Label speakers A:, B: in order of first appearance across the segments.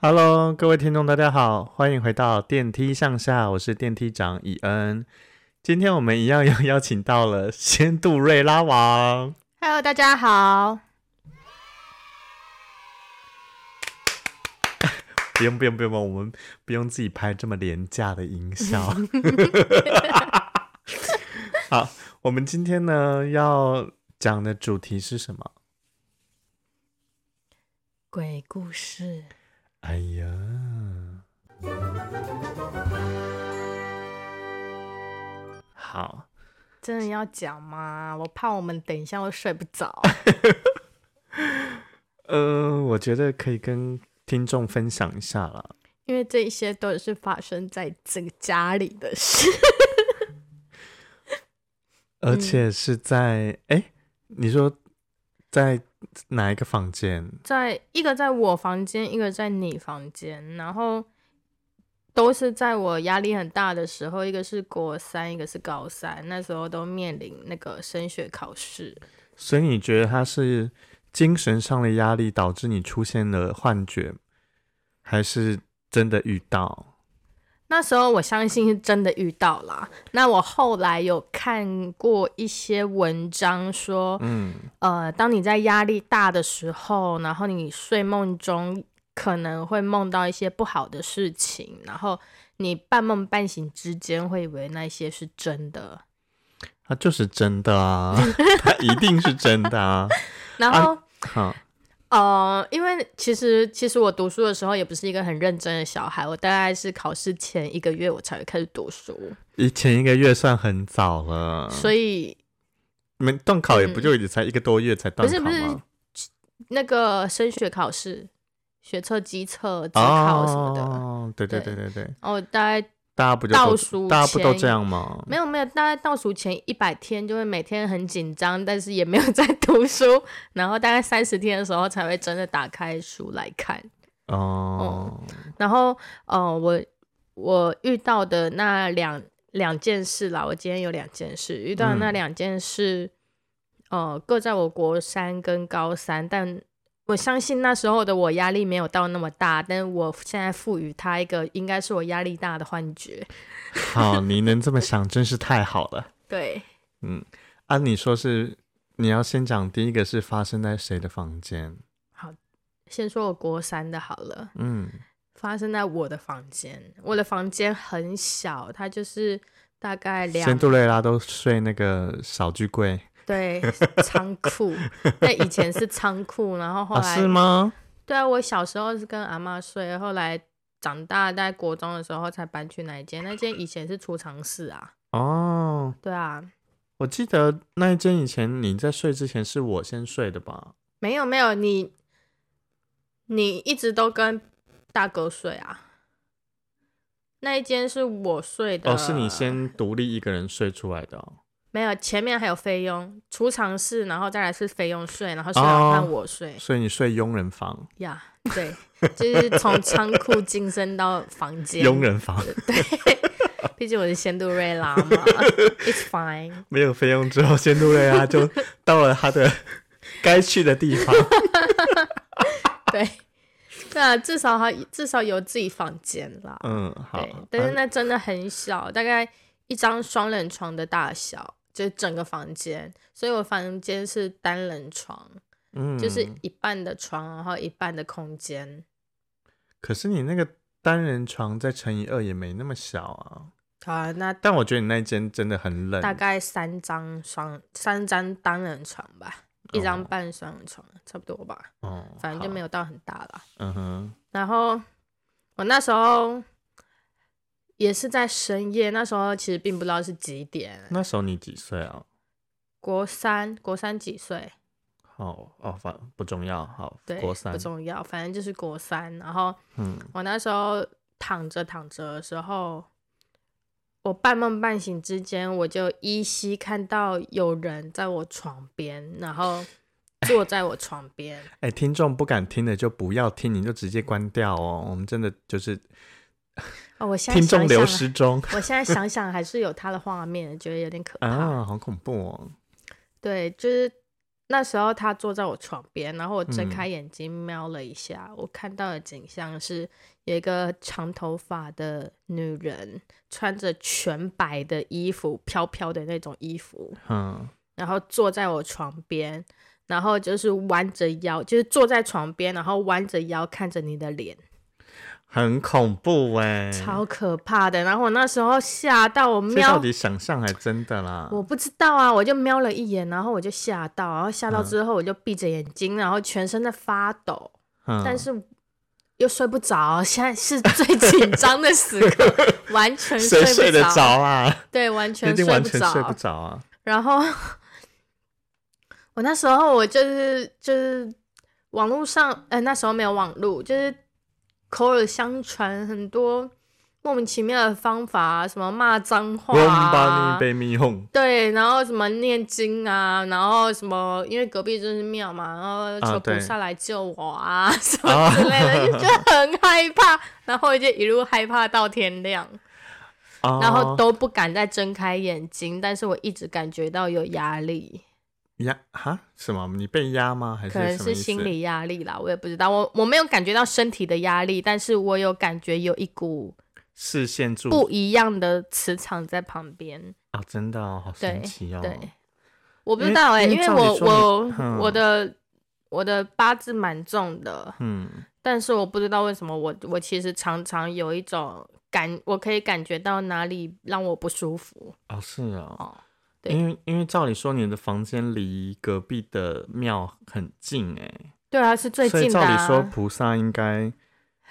A: Hello，各位听众，大家好，欢迎回到电梯上下，我是电梯长以恩。今天我们一样又邀请到了仙杜瑞拉王，
B: Hello，大家好。
A: 不用不用不用，我们不用自己拍这么廉价的音效。好，我们今天呢要讲的主题是什么？
B: 鬼故事，
A: 哎呀，好，
B: 真的要讲吗？我怕我们等一下会睡不着。
A: 呃，我觉得可以跟听众分享一下啦。
B: 因为这一些都是发生在这个家里的事。
A: 而
B: 嗯
A: 且是呃在哎、诶你说在哪一个房间？
B: 在一个在我房间，一个在你房间，然后都是在我压力很大的时候，一个是国三，一个是高三，那时候都面临那个升学考试。
A: 所以你觉得他是精神上的压力导致你出现了幻觉，还是真的遇到？
B: 那时候我相信是真的遇到啦。那我后来有看过一些文章说，
A: 嗯，
B: 呃，当你在压力大的时候，然后你睡梦中可能会梦到一些不好的事情，然后你半梦半醒之间会以为那些是真的，
A: 他就是真的 啊，他一定是真的
B: 嗯
A: 啊。
B: 然后。
A: 好，
B: 呃，因为其实其实我读书的时候也不是一个很认真的小孩，我大概是考试前一个月我才会开始读书，
A: 以前一个月算很早了，
B: 所以
A: 你们断考也不就也才一个多月才断
B: 嗯不是
A: 考
B: 不是
A: 吗？
B: 那个升学考试、学测、机测、自考什么的，
A: 哦，对对对
B: 对
A: 对对，
B: 哦，大概
A: 大家不就
B: 倒
A: 都
B: 数
A: 大家不都
B: 前
A: 这样吗？
B: 没有没有，大概倒数前一百天就会每天很紧张，但是也没有在 读书，然后大概三十天的时候才会真的打开书来看。
A: 哦，
B: 然后，呃，我我遇到的那两两件事啦，我今天有两件事遇到的那
A: 嗯
B: 两件事，呃，各在我国三跟高三，但我相信那时候的我压力没有到那么大，但我现在赋予它一个应该是我压力大的幻觉。
A: 好，你能这么想真是太好了。
B: 对，
A: 按你说是，你要先讲第一个是发生在谁的房间？
B: 先说我国三的好了。
A: 嗯，
B: 发生在我的房间。我的房间很小，它就是大概
A: 仙
B: 两
A: 杜瑞拉都睡那个小居柜
B: 对仓库，那以前是仓库，然后后
A: 啊？
B: 来、
A: 是吗？
B: 对啊，我小时候是跟阿妈睡，后来长大在国中的时候才搬去那一间，那间以前是储藏室啊，
A: 哦，
B: 对啊，
A: 我记得那一间以前你在睡之前是我先睡的吧？
B: 没有没有你，你一直都跟大哥睡啊。那一间是我睡的，
A: 哦，是你先独立一个人睡出来的哦、
B: 没有，前面还有费用，储藏室，然后再来是费用税，然后睡完
A: 哦
B: 换我睡
A: 所以你睡佣人房、
B: 呀。对，就是从仓库晋升到房间。
A: 佣，人房，
B: 毕竟我是仙杜瑞 拉嘛，It's fine。
A: 没有费用之后，仙杜瑞拉就到了他的该去的地方。
B: 对，对啊，至少还至少有自己房间啦。
A: 嗯，好
B: 对，，但是
A: 啊
B: 那真的很小，大概一张双人床的大小，就是整个房间。所以我房间是单人床，
A: 嗯
B: 就是一半的床，然后一半的空间。
A: 可是你那个单人床再乘以二也没那么小啊。
B: 好啊，那
A: 但我觉得你那间真的很冷，
B: 大概三张双三张单人床吧，一张
A: 哦
B: 半双人床，差不多吧，
A: 哦，
B: 反正就没
A: 有。
B: 有到很大啦。
A: 嗯哼，
B: 然后我那时候也是在深夜，那时候其实并不知道是几点，
A: 那时候你几岁啊？
B: 国三国三几岁？
A: 好哦，反不重要。好，
B: 对，
A: 国三
B: 不，重要，反正就是国三。然后
A: 嗯，
B: 我那时候躺着躺着的时候，我半梦半醒之间，我就依稀看到有人在我床边，然 后坐在我床边。
A: 哎、听众不敢听的就不要听，你就直接关掉哦。我们真的就是
B: 哦，我现在
A: 听众
B: 想想
A: 流
B: 啊
A: 失中
B: 我现在想想
A: 啊
B: 还是有他的画面，觉得有点可怕。
A: 啊，好恐怖哦。
B: 对，就是那时候他坐在我床边，然后我睁开眼睛瞄了一下，我看到的景象是有一个长头发的女人，穿着全白的衣服，飘飘的那种衣服，
A: 嗯，
B: 然后坐在我床边，然后就是弯着腰，就是坐在床边，然后弯着腰看着你的脸，
A: 很恐怖哎、
B: 超可怕的。然后我那时候嗯吓到我
A: 这到
B: 瞄，
A: 底想象还真的啦？
B: 我不知道啊，我就瞄了一眼，然后我就吓到，然后吓到之后我就闭着眼睛，然后全身在发抖，
A: 嗯，
B: 但是。又睡不着，现在是最紧张的时刻，完全
A: 谁 睡
B: 不
A: 得着啊？
B: 对，完全
A: 一定
B: 睡
A: 完
B: 不
A: 全
B: 着，
A: 睡不着啊！
B: 然后我那时候我就是就是网络上，哎、那时候没有网络，就是口耳相传很多莫名其妙的方法啊，什么骂脏话
A: 把
B: 啊
A: 你，被迷哄，
B: 对，然后什么念经啊，然后什么，因为隔壁就是庙嘛，然后
A: 啊
B: 求菩
A: 对
B: 萨来救我啊， 什么
A: 啊
B: 之类 的，就觉得很害怕，然后就一路害怕到天亮。
A: 哦、
B: 然后都不敢再睁开眼睛，但是我一直感觉到有压力，
A: 压哈什么？你被压吗？还是
B: 可能
A: 什么
B: 是
A: 意思
B: 心理压力啦，我也不知道，我我没有感觉到身体的压力，但是我有感觉有一股
A: 视线住
B: 不一样的磁场在旁边，
A: 啊、真的、哦、好神
B: 对
A: 奇哦！
B: 对，我不知道哎、
A: 因为
B: 因为
A: 因为
B: 我
A: 照理说
B: 我
A: 你、嗯
B: 我的我的八字蛮重的，
A: 嗯，
B: 但是我不知道为什么我我其实常常有一种感，我可以感觉到哪里让我不舒服
A: 哦是哦，
B: 哦，对
A: 因为因为照理说你的房间离隔壁的庙很近哎、
B: 对啊，是最
A: 所以
B: 近的、
A: 照理
B: 啊。
A: 说菩萨应 该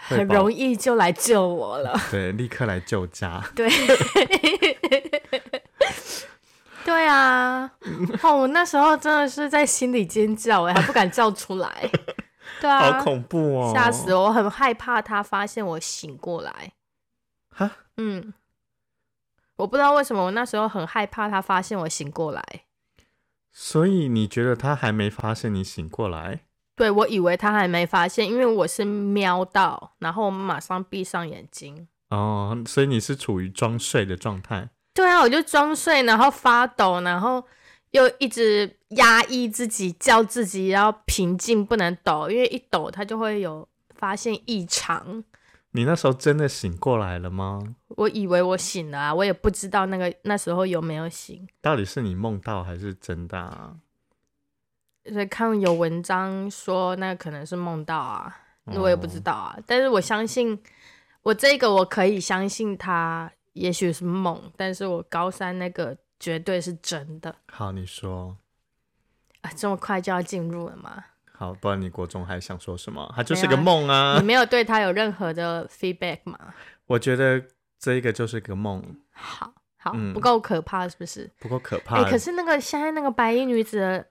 A: 会
B: 很
A: 保
B: 容易就来救我了。
A: 对立刻来救家。
B: 对啊，哦，我那时候真的是在心里尖叫、哎，还不敢叫出来。 对
A: 好
B: 啊，
A: 恐怖哦！
B: 吓死我！我很害怕他发现我醒过来。
A: 哈，
B: 嗯，我不知道为什么我那时候很害怕他发现我醒过来。
A: 所以你觉得他还没发现你醒过来？
B: 对，我以为他还没发现，因为我是瞄到，然后我马上闭上眼睛。
A: 哦，所以你是处于装睡的状态。
B: 对啊，我就装睡，然后发抖，然后又一直压抑自己，叫自己要平静，不能抖，因为一抖它就会有发现异常。
A: 你那时候真的醒过来了吗？
B: 我以为我醒了啊，我也不知道那个那时候有没有醒。
A: 到底是你梦到还是真的、啊？
B: 所以看有文章说那可能是梦到啊，
A: 哦
B: 我也不知道啊。但是我相信，我这个我可以相信它，也许是梦，但是我高三那个绝对是真的
A: 好，你说。
B: 啊！这么快就要进入了吗？
A: 好，不然你国中还想说什么？它就是
B: 没有
A: 个梦啊
B: 你！没有对他有任何的 feedback 吗？
A: 我觉得这一个就是个梦，
B: 好好，
A: 嗯
B: 不够可怕是不是？
A: 不够可
B: 哎、
A: 怕。
B: 可是那个现在那个白衣女子的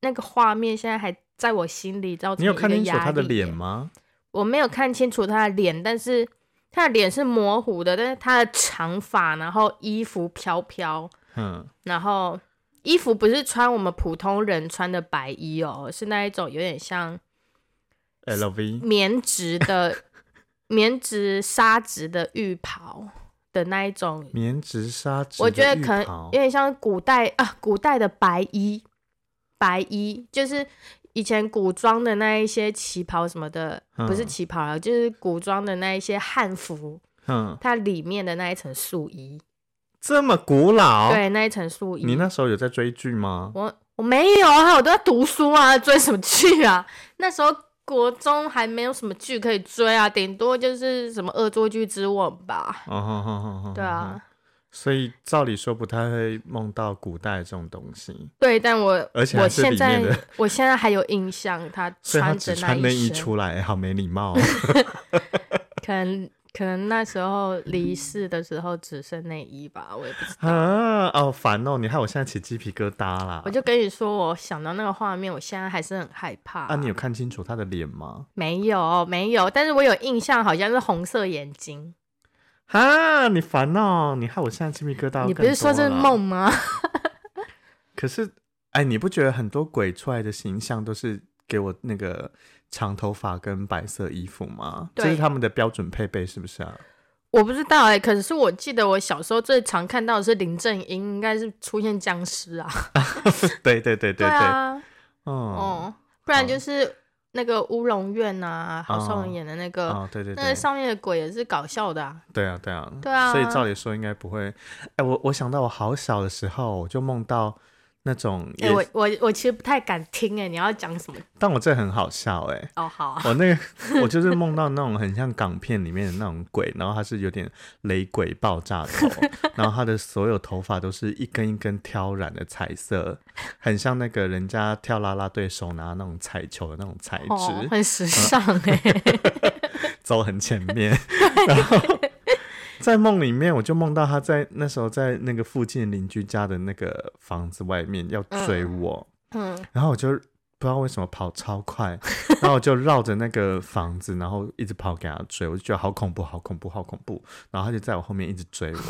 B: 那个画面，现在还在我心里造成
A: 你有看
B: 一个
A: 清楚
B: 压
A: 他的
B: 力
A: 脸
B: 耶？
A: 吗？
B: 我没有看清楚她的脸，但是她的脸是模糊的，但是她的长发，然后衣服飘飘，
A: 嗯，
B: 然后衣服不是穿我们普通人穿的白衣哦，是那一种有点像
A: L V
B: 棉质的 棉质纱质的浴袍的那一种
A: 棉质纱质的
B: 我觉得
A: 浴
B: 可能
A: 袍
B: 有点像古代啊，古代的白衣，白衣就是以前古装的那一些旗袍什么的，不是
A: 嗯
B: 旗袍啊，就是古装的那一些汉服，
A: 嗯，
B: 它里面的那一层素衣，
A: 这么古老。
B: 对，那一层素
A: 哦你
B: 衣。
A: 那时候有在追剧吗？
B: 我我没有啊，我都在读书啊，追什么剧啊？那时候国中还没有什么剧可以追啊，顶多就是什么《恶作剧之吻》吧。
A: 哦，哼哼哼嗯哼
B: 对啊，
A: 所以照理说不太会梦到古代这种东西，
B: 对，但我
A: 而且
B: 我
A: 还是
B: 现
A: 里面
B: 在
A: 的，
B: 我现在还有印象，他
A: 所以他
B: 穿
A: 只
B: 着
A: 穿
B: 那
A: 内
B: 一
A: 衣
B: 身，
A: 出来，哎好没礼貌、哦。
B: 可能可能那时候离世的时候只剩内衣吧，我也不知道。
A: 啊，哦，烦哦！你害我现在起鸡皮疙瘩啦
B: 我。就跟你说，我想到那个画面，我现在还是很害怕。
A: 啊，你有看清楚他的脸吗？
B: 没有没有，但是我有印象，好像是红色眼睛。
A: 啊，你烦哦！你害我现在鸡皮疙瘩。
B: 你不是说这是？梦吗？
A: 可是，哎，你不觉得很多鬼出来的形象都是给我那个长头发跟白色衣服吗？这
B: 对
A: 是他们的标准配备，是不是啊？
B: 我不知道哎、可是我记得我小时候最常看到的是林正英，应该是出现僵尸啊。
A: 对对对对对。
B: 啊，
A: 嗯，
B: 哦，不然就是那个乌龙院啊，郝邵文演的那个，
A: 哦哦，对对
B: 呃那
A: 对，
B: 上面的鬼也是搞笑的、啊。
A: 对啊，对啊，
B: 对啊
A: 所以照理说应该不会。哎，我我想到我好小的时候，我就梦到那种
B: 哎、
A: 也，
B: 我我我其实不太敢听哎、你要讲什么？
A: 但我这很好笑哎、
B: 哦，好啊，
A: 我那个我就是梦到那种很像港片里面的那种鬼，然后他是有点雷鬼爆炸 头，然后他的所有头发都是一根一根挑染的彩色，很像那个人家跳啦啦队手拿那种彩球的那种材质，
B: 哦，很时尚哎、
A: 走很前 面， 然后。在梦里面，我就梦到他在那时候在那个附近邻居家的那个房子外面要追我，
B: 嗯，
A: 然后我就不知道为什么跑超快，然后我就绕着那个房子，然后一直跑给他追，我就觉得好恐怖，好恐怖，好恐怖。然后他就在我后面一直追 我，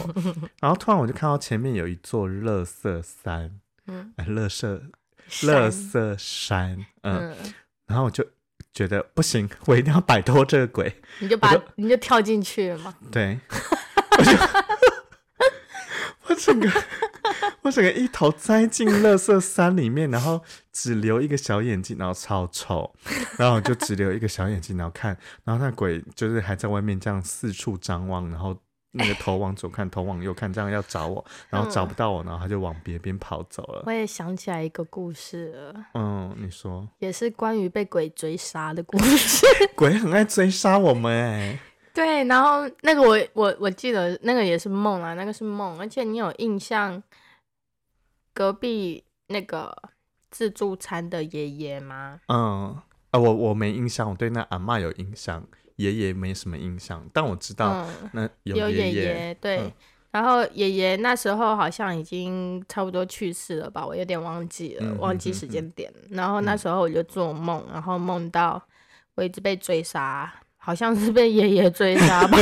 A: 然后突然我就看到前面有一座乐色山，
B: 嗯
A: 嗯，乐色乐
B: 闪
A: 色山，嗯，
B: 嗯，
A: 然后我就觉得不行，我一定要摆脱这个鬼，
B: 你就把
A: 我就嗯
B: 你就跳进去了嘛。
A: 对， 我就我整个我整个一头栽进垃圾山里面，然后只留一个小眼睛，然后超丑，然后我就只留一个小眼睛，然后看，然后那鬼就是还在外面这样四处张望，然后。那个头往左看，头往右看，这样要找我，然后找不到我，然后他就往别边跑走了。
B: 我也想起来一个故事了，
A: 嗯，你说
B: 也是关于被鬼追杀的故 事。
A: 鬼很爱追杀我们哎、
B: 对，然后那个我我我记得那个也是梦啊，那个是梦，而且你有印象隔壁那个自助餐的爷爷吗？
A: 嗯，啊，我我没印象，我对那阿嬷有印象，爷爷没什么印象，但我知道
B: 嗯，
A: 那
B: 有
A: 爷
B: 爷，对。
A: 嗯
B: 然后爷爷那时候好像已经差不多去世了吧，我有点忘记了，
A: 嗯
B: 忘记
A: 嗯
B: 时
A: 嗯
B: 间点。然后那时候我就做梦，然后梦到我一直被追杀，好像是被爷爷追杀吧，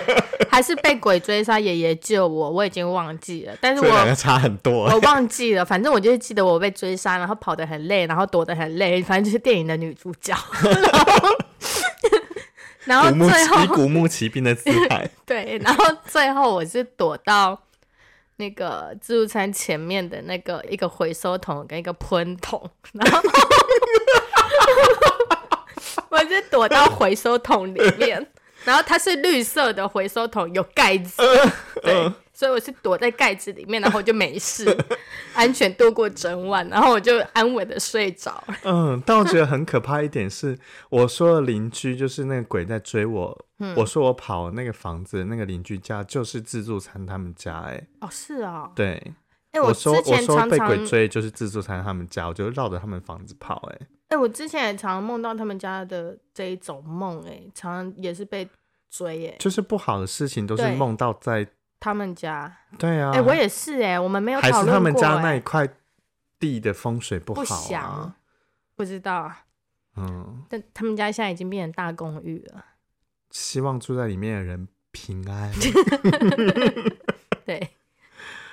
B: 还是被鬼追杀？爷爷救我，我已经忘记了。但是
A: 这两
B: 我
A: 个差很多。
B: 我忘记了，反正我就是记得我被追杀，然后跑得很累，然后躲得很累，反正就是电影的女主角。 然后
A: 古
B: 然
A: 墓
B: 后最
A: 以
B: 后
A: 古墓奇兵的姿态，
B: 对， 然后最后我是躲到那个自助餐前面的那个一个回收桶跟一个喷桶，然后我是躲到回收桶里面，然后它是绿色的回收桶，有盖子，
A: 嗯
B: 对，所以我是躲在盖子里面，然后我就没事，安全度过整晚，然后我就安稳的睡着。
A: 嗯，但我觉得很可怕一点是，我说的邻居就是那个鬼在追我，
B: 嗯
A: 我说我跑那个房子，那个邻居家就是自助餐他们家、哎，
B: 哦，是哦，
A: 对，
B: 哎、
A: 我说
B: 之
A: 我
B: 前
A: 说
B: 常
A: 被
B: 常
A: 鬼追就是自助餐他们家，我就绕着他们房子跑、哎，
B: 哎、我之前也常梦到他们家的这一种梦，哎，常常也是被追，哎，
A: 就是不好的事情都是
B: 对
A: 梦到在，
B: 他们家，
A: 对啊，
B: 哎、我也是，哎，我们没有
A: 还
B: 讨
A: 是
B: 论
A: 他们
B: 过
A: 家
B: 哎
A: 那一块地的风水不
B: 不
A: 好
B: 详
A: 啊，，
B: 不知道啊，
A: 嗯，
B: 但他们家现在已经变成大公寓了，
A: 希望住在里面的人平 安。
B: 对，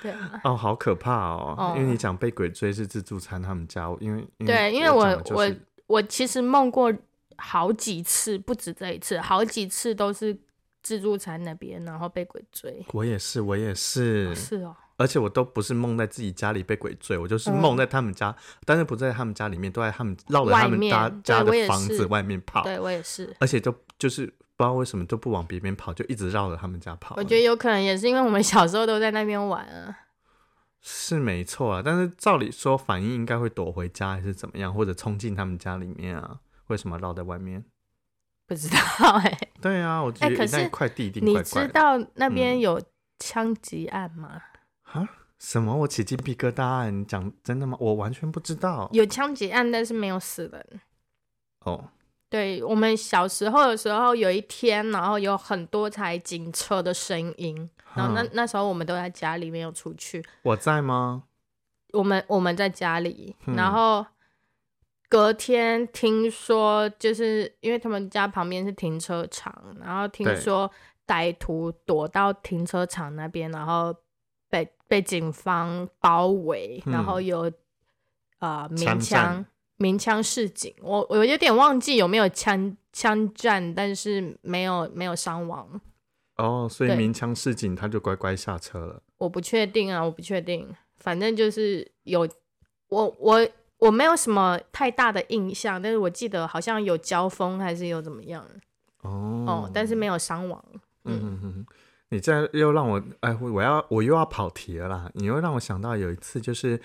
B: 对啊，
A: 哦，好可怕哦！
B: 哦
A: 因为你讲被鬼追是自助餐他们家，因为
B: 对因为
A: 我
B: 我
A: 讲的就是
B: 我其实梦过好几次，不止这一次，好几次都是自助餐那边，然后被鬼追，
A: 我也是，我也 是，
B: 是哦，
A: 而且我都不是梦在自己家里被鬼追，我就是
B: 嗯
A: 梦在他们家，但是不在他们家里面，都在他们绕着
B: 外
A: 他们家
B: 面
A: 家
B: 对我
A: 的
B: 也
A: 房子
B: 是
A: 外面跑，
B: 对我也是。
A: 而且都就是不知道为什么都不往别边跑，就一直绕着他们家跑。
B: 我觉得有可能也是因为我们小时候都在那边玩啊，
A: 是没错啊，但是照理说反应应该会躲回家还是怎么样，或者冲进他们家里面啊？为什么绕在外面？
B: 不知道哎、
A: 对啊，我觉
B: 哎
A: 得
B: 可
A: 那
B: 是
A: 块地一定
B: 你
A: 怪怪
B: 知
A: 的。
B: 道那
A: 嗯
B: 边有枪击案吗？
A: 啊？什么？我起鸡皮疙瘩、啊！你讲真的吗？我完全不知道。
B: 有枪击案，但是没有死人。
A: 哦，
B: 对我们小时候的时候，有一天，然后有很多台警车的声音，然后那、
A: 嗯
B: 那时候我们都在家里没有出去，
A: 我在吗？
B: 我们我们在家里，
A: 嗯
B: 然后隔天听说，就是因为他们家旁边是停车场，然后听
A: 对
B: 说歹徒躲到停车场那边，然后被被警方包围，
A: 嗯
B: 然后有啊鸣
A: 枪
B: 枪
A: 战
B: 鸣枪示警。我我有点忘记有没有枪枪战，但是没有没有伤亡，
A: 哦，所以
B: 对
A: 鸣枪示警，他就乖乖下车了。
B: 我不确定啊，我不确定，反正就是有我我我没有什么太大的印象，但是我记得好像有交锋还是有怎么样哦
A: 哦，
B: 但是没有伤亡。
A: 嗯嗯嗯，你这样又让我哎，我我要我又要跑题了啦！你又让我想到有一次，就是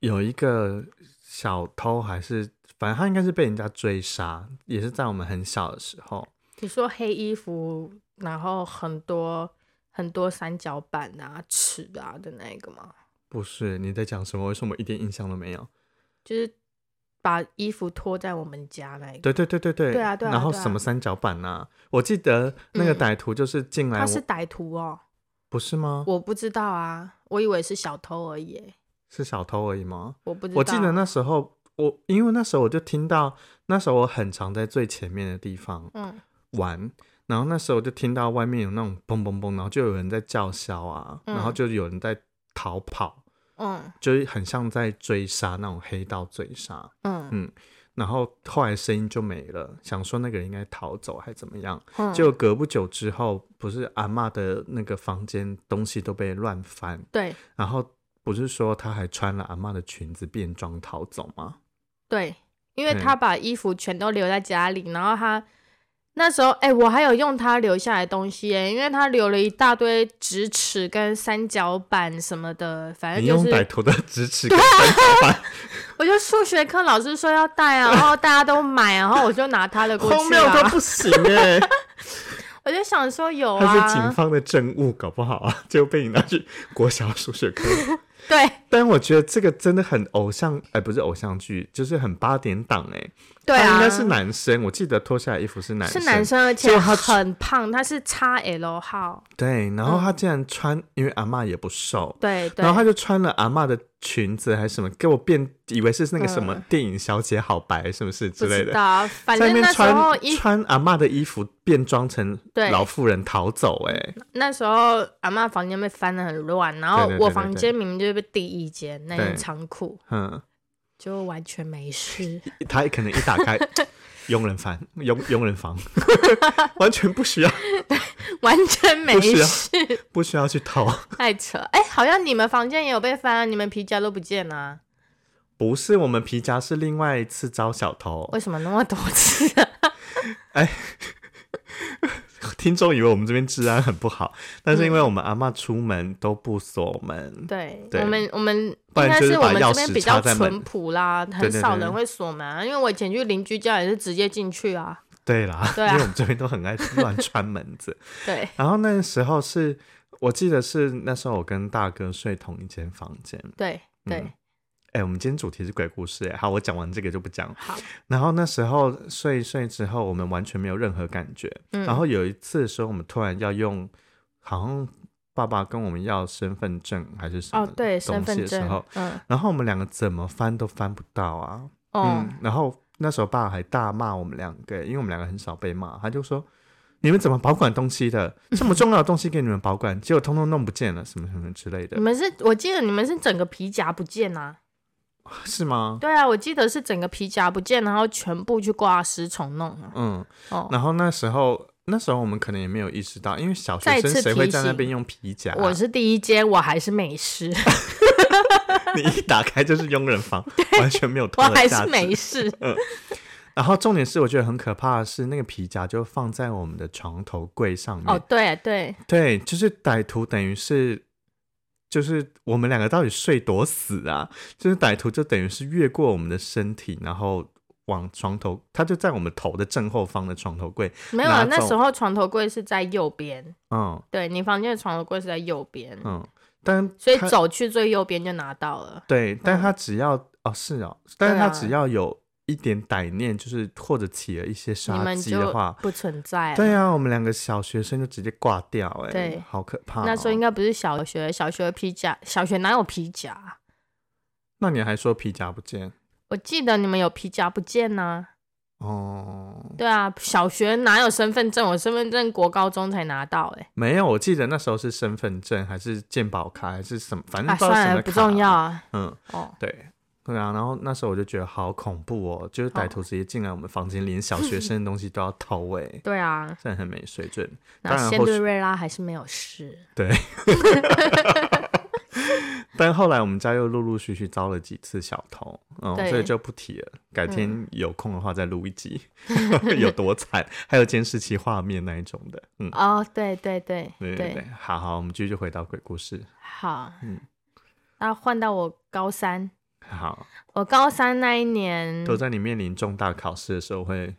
A: 有一个小偷，还是反正他应该是被人家追杀，也是在我们很小的时候。
B: 你说黑衣服，然后很多很多三角板啊、尺啊的那一个吗？
A: 不是你在讲什么？为什么我一点印象都没有？
B: 就是把衣服拖在我们家那一个。
A: 对对对对对，
B: 对啊对啊
A: 然后
B: 对啊
A: 什么三角板呐、我记得那个
B: 嗯
A: 歹徒就是进来我，
B: 他是歹徒哦，
A: 不是吗？
B: 我不知道啊，我以为是小偷而已欸，
A: 是小偷而已吗？
B: 我不知道。
A: 我记得那时候我，因为那时候我就听到，那时候我很常在最前面的地方
B: 嗯，
A: 玩，然后那时候就听到外面有那种嘣嘣嘣，然后就有人在叫嚣啊，
B: 嗯
A: 然后就有人在逃跑，
B: 嗯
A: 就是很像在追杀那种黑道追杀。
B: 嗯
A: 然后后来声音就没了，想说那个人应该逃走还怎么样？
B: 嗯，
A: 就隔不久之后，不是阿嬷的那个房间东西都被乱翻，
B: 对
A: 然后不是说她还穿了阿嬷的裙子变装逃走吗？
B: 对，因为
A: 对
B: 他把衣服全都留在家里，然后他那时候，哎、我还有用他留下来的东西、哎，因为他留了一大堆直尺跟三角板什么的，反正
A: 你
B: 哎就
A: 用歹
B: 是，啊
A: 徒的直尺跟三角板，
B: 我就数学课老师说要带啊，然后大家都买，啊然后我就拿他的过
A: 荒
B: 去
A: 谬到
B: 啊，
A: 不行 哎、
B: 我就想说有
A: 他是警
B: 啊，
A: 方的证物，搞不好啊，就被你拿去国小数学课。
B: 对
A: 但我觉得这个真的很偶像，哎、不是偶像剧，就是很八点档哎、
B: 对
A: 他
B: 啊，
A: 应该是男生，我记得脱下来衣服是男
B: 是
A: 生，
B: 男生，而且
A: 就他
B: 很胖，他是 x L 号，
A: 对，然后
B: 嗯
A: 他竟然穿，因为阿嬷也不瘦，
B: 对对
A: 然后他就穿了阿嬷的裙子还是什么，给我变以为是那个什么
B: 嗯
A: 电影小姐好白是不是
B: 不
A: 之类
B: 知
A: 的，
B: 道，反
A: 在那
B: 正
A: 边
B: 那时
A: 穿
B: 候衣
A: 穿阿嬷的衣服变装成
B: 对
A: 老妇人逃走哎、
B: 那时候阿妈房间被翻的很乱，然后
A: 对对对
B: 我房间明明就是被第一间那
A: 对
B: 间仓库，
A: 嗯，
B: 就完全 没事。
A: 他可能一打开佣人 房，佣佣人房，完全不需要
B: 完全没
A: 不需要
B: 事，
A: 不需要去偷，
B: 太扯！哎、好像你们房间也有被翻，你们皮夹都不见啊啦、
A: 不是我们皮夹是另外一次招小偷，
B: 为什么那么多次、啊？
A: 听众以为我们这边治安很不好，但是因为我们阿嬷出门都不锁门，
B: 嗯对，
A: 对
B: 我们我们
A: 不
B: 应
A: 然
B: 该
A: 就是
B: 是我
A: 把
B: 们
A: 钥
B: 这
A: 匙
B: 边比
A: 插
B: 较
A: 在门
B: 淳朴啦，
A: 对
B: 很
A: 对
B: 少
A: 对
B: 人会锁门啊。因为我以前去邻居家也是直接进去啊。
A: 对啦，
B: 对啊
A: 因为我们这边都很爱乱穿门 子。
B: 对，
A: 然后那时候是我记得是那时候我跟大哥睡同一间房间。
B: 对，对，
A: 嗯哎、我们今天主题是鬼故事、哎，好，我讲完这个就不讲。
B: 好，
A: 然后那时候睡一睡之后，我们完全没有任何感觉。
B: 嗯，
A: 然后有一次的时候，我们突然要用，好像爸爸跟我们要身份证还是什么
B: 哦，对，身
A: 东西
B: 份
A: 的时
B: 证
A: 候，，
B: 嗯，
A: 然后我们两个怎么翻都翻不到啊。
B: 哦，
A: 嗯，然后那时候爸还大骂我们两个，因为我们两个很少被骂，他就说你们怎么保管东西的？这么重要的东西给你们保管，结果通通弄不见了，什么什么之类的
B: 你，们是，我记得你们是整个皮夹不见啊。
A: 是吗？
B: 对啊，我记得是整个皮夹不见，然后全部去挂失重弄啊。
A: 嗯，
B: 哦，
A: 然后那时候那时候我们可能也没有意识到，因为小学
B: 再
A: 生
B: 次
A: 谁会
B: 提
A: 在那哦
B: 醒
A: 边用皮夹啊？
B: 我是第一间，我还是美式，
A: 你一打开就是佣人 房，完全没有
B: 我
A: 偷的
B: 还
A: 价
B: 是
A: 值。
B: 美式。
A: 然后重点是，我觉得很可怕的是，那个皮夹就放在我们的床头柜上面。
B: 哦，对对，
A: 对，就是歹徒等于是，就是我们两个到底睡多死啊？就是歹徒就等于是越过我们的身体，然后往床头，他就在我们头的正后方的床头柜。
B: 没有啊，
A: 拿
B: 那
A: 走
B: 时候床头柜是在右边，
A: 嗯
B: 对你房间的床头柜是在右边，
A: 嗯，但
B: 所以
A: 他
B: 走去最右边就拿到了。
A: 对，但
B: 嗯
A: 他只要、哦是哦，但是
B: 对
A: 他
B: 啊
A: 只要有一点歹念，就是或者起了一些
B: 你
A: 杀
B: 们
A: 机
B: 就
A: 的话。
B: 不存在。
A: 对啊，我们两个小学生就直接挂掉、哎，
B: 对
A: 好可怕、哦
B: 那时候应
A: 该，
B: 该不是小学，小学皮夹，小学哪有皮夹？
A: 那你还说皮夹不见
B: 我记得你们有皮夹不见呐、
A: 哦？
B: 对啊，小学哪有身份证？我身份证国高中才拿到、欸，
A: 没有，我记得那时候是身份证还是健保卡还是什么，反正
B: 啊，
A: 不知道是什
B: 算
A: 么、
B: 了，不重要。啊。
A: 嗯，
B: 哦，
A: 对，对啊。然后那时候我就觉得好恐怖哦，就是歹徒直接进来我们房间，连小学生的东西都要偷哎、
B: 对啊，
A: 真的很没水 准。当
B: 那
A: 然
B: 仙
A: 后
B: 对
A: 续
B: 瑞拉还是没有事。
A: 对，但后来我们家又陆陆续续遭了几次小偷，嗯，
B: 对嗯
A: 所以就不提了。改天有空的话再录一 集，有多惨，还有监视器画面那一种的，嗯，
B: 哦，对对对
A: 对对对，好好，我们继续回到鬼故事，
B: 好，
A: 嗯
B: 那换到我高三，
A: 好，
B: 我高三那一年，
A: 都在你面临重大考试的时候会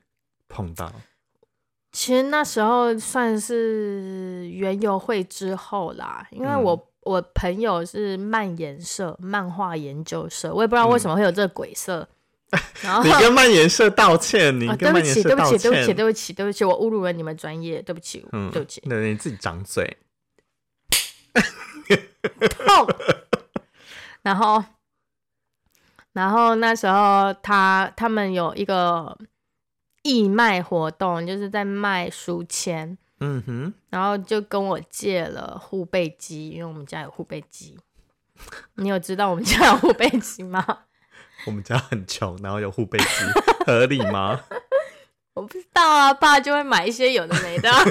A: 碰到，
B: 其实那时候算是园游会之后啦，因为
A: 嗯
B: 我、我朋友是漫研社、漫画研究社，我也不知道为什么会有这个鬼社。然后
A: 嗯 你跟蔓延社道歉，你
B: 啊，哦对
A: 跟
B: 不
A: 蔓延
B: 起，
A: 社
B: 对不
A: 道
B: 起，对
A: 歉，
B: 不起，对不起，对不起，我侮辱了你们专业，对不起，
A: 嗯，
B: 对不起，
A: 对，你自己长嘴，
B: 痛。然后，然后那时候他他们有一个义卖活动，就是在卖书签，
A: 嗯哼，
B: 然后就跟我借了护贝机，因为我们家有护贝机。 你有知道我们家有护贝机吗？
A: 我们家很穷，然后有护背机，合理 吗？
B: 我不知道啊，爸就会买一些有的没的啊、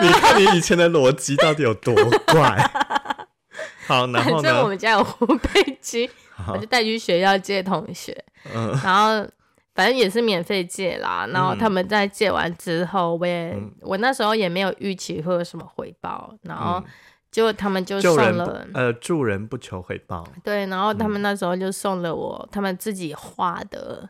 A: 你看你以前的逻辑到底有多 怪？好，然后
B: 反正我
A: 呢？
B: 们家有护贝机，
A: 好
B: 我就带去学校借同学，
A: 嗯
B: 然后反正也是免费借啦。然后他们在借完之后，我也、
A: 嗯
B: 我那时候也没有预期会有什么回报，然后结果他们哦就
A: 嗯救人
B: 送
A: 不嗯
B: 了，嗯
A: 呃助人不求回报，
B: 对，然后他们那时候就送了我他们自己画的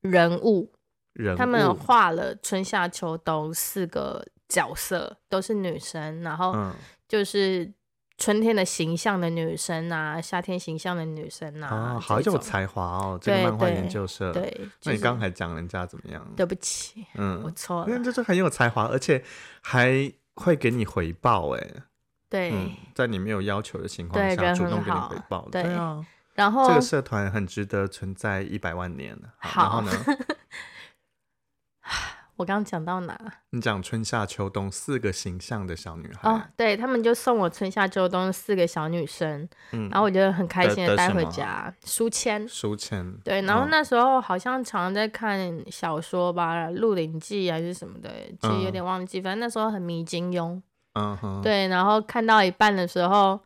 B: 人物，
A: 人
B: 他们有
A: 物
B: 画了春夏秋冬四个角色，都是女生，然后
A: 嗯
B: 就是。春天的形象的女生啊，夏天形象的女生啊，
A: 啊，好
B: 这
A: 有
B: 种
A: 才华哦，这个
B: 对
A: 漫画
B: 对
A: 研究社。
B: 对，
A: 那
B: 就
A: 你
B: 是
A: 刚才讲人家怎么样？
B: 对不起，我
A: 嗯，
B: 错
A: 那
B: 了。
A: 这就很有才华，而且还会给你回报哎。
B: 对，
A: 嗯，在你没有要求的情况
B: 对
A: 下，
B: 人
A: 主
B: 很
A: 动给你
B: 好
A: 回报。
B: 对哦
A: 啊，
B: 然后
A: 这个社团很值得存在一百万年。啊然后
B: 好
A: 呢，
B: 我刚刚讲到哪？
A: 你讲春夏秋冬四个形象的小女孩，
B: 哦，对他们就送我春夏秋冬四个小女生，
A: 嗯，
B: 然后我就很开
A: 得
B: 心
A: 得
B: 的带
A: 什
B: 回
A: 么
B: 家书签。
A: 书签，
B: 对，然后
A: 嗯
B: 那时候好像常在看小说吧，《鹿鼎记》还是什么的，其实有
A: 嗯
B: 点忘记。反正那时候很迷金庸。
A: 嗯哼，，
B: 对，然后看到一半的时候，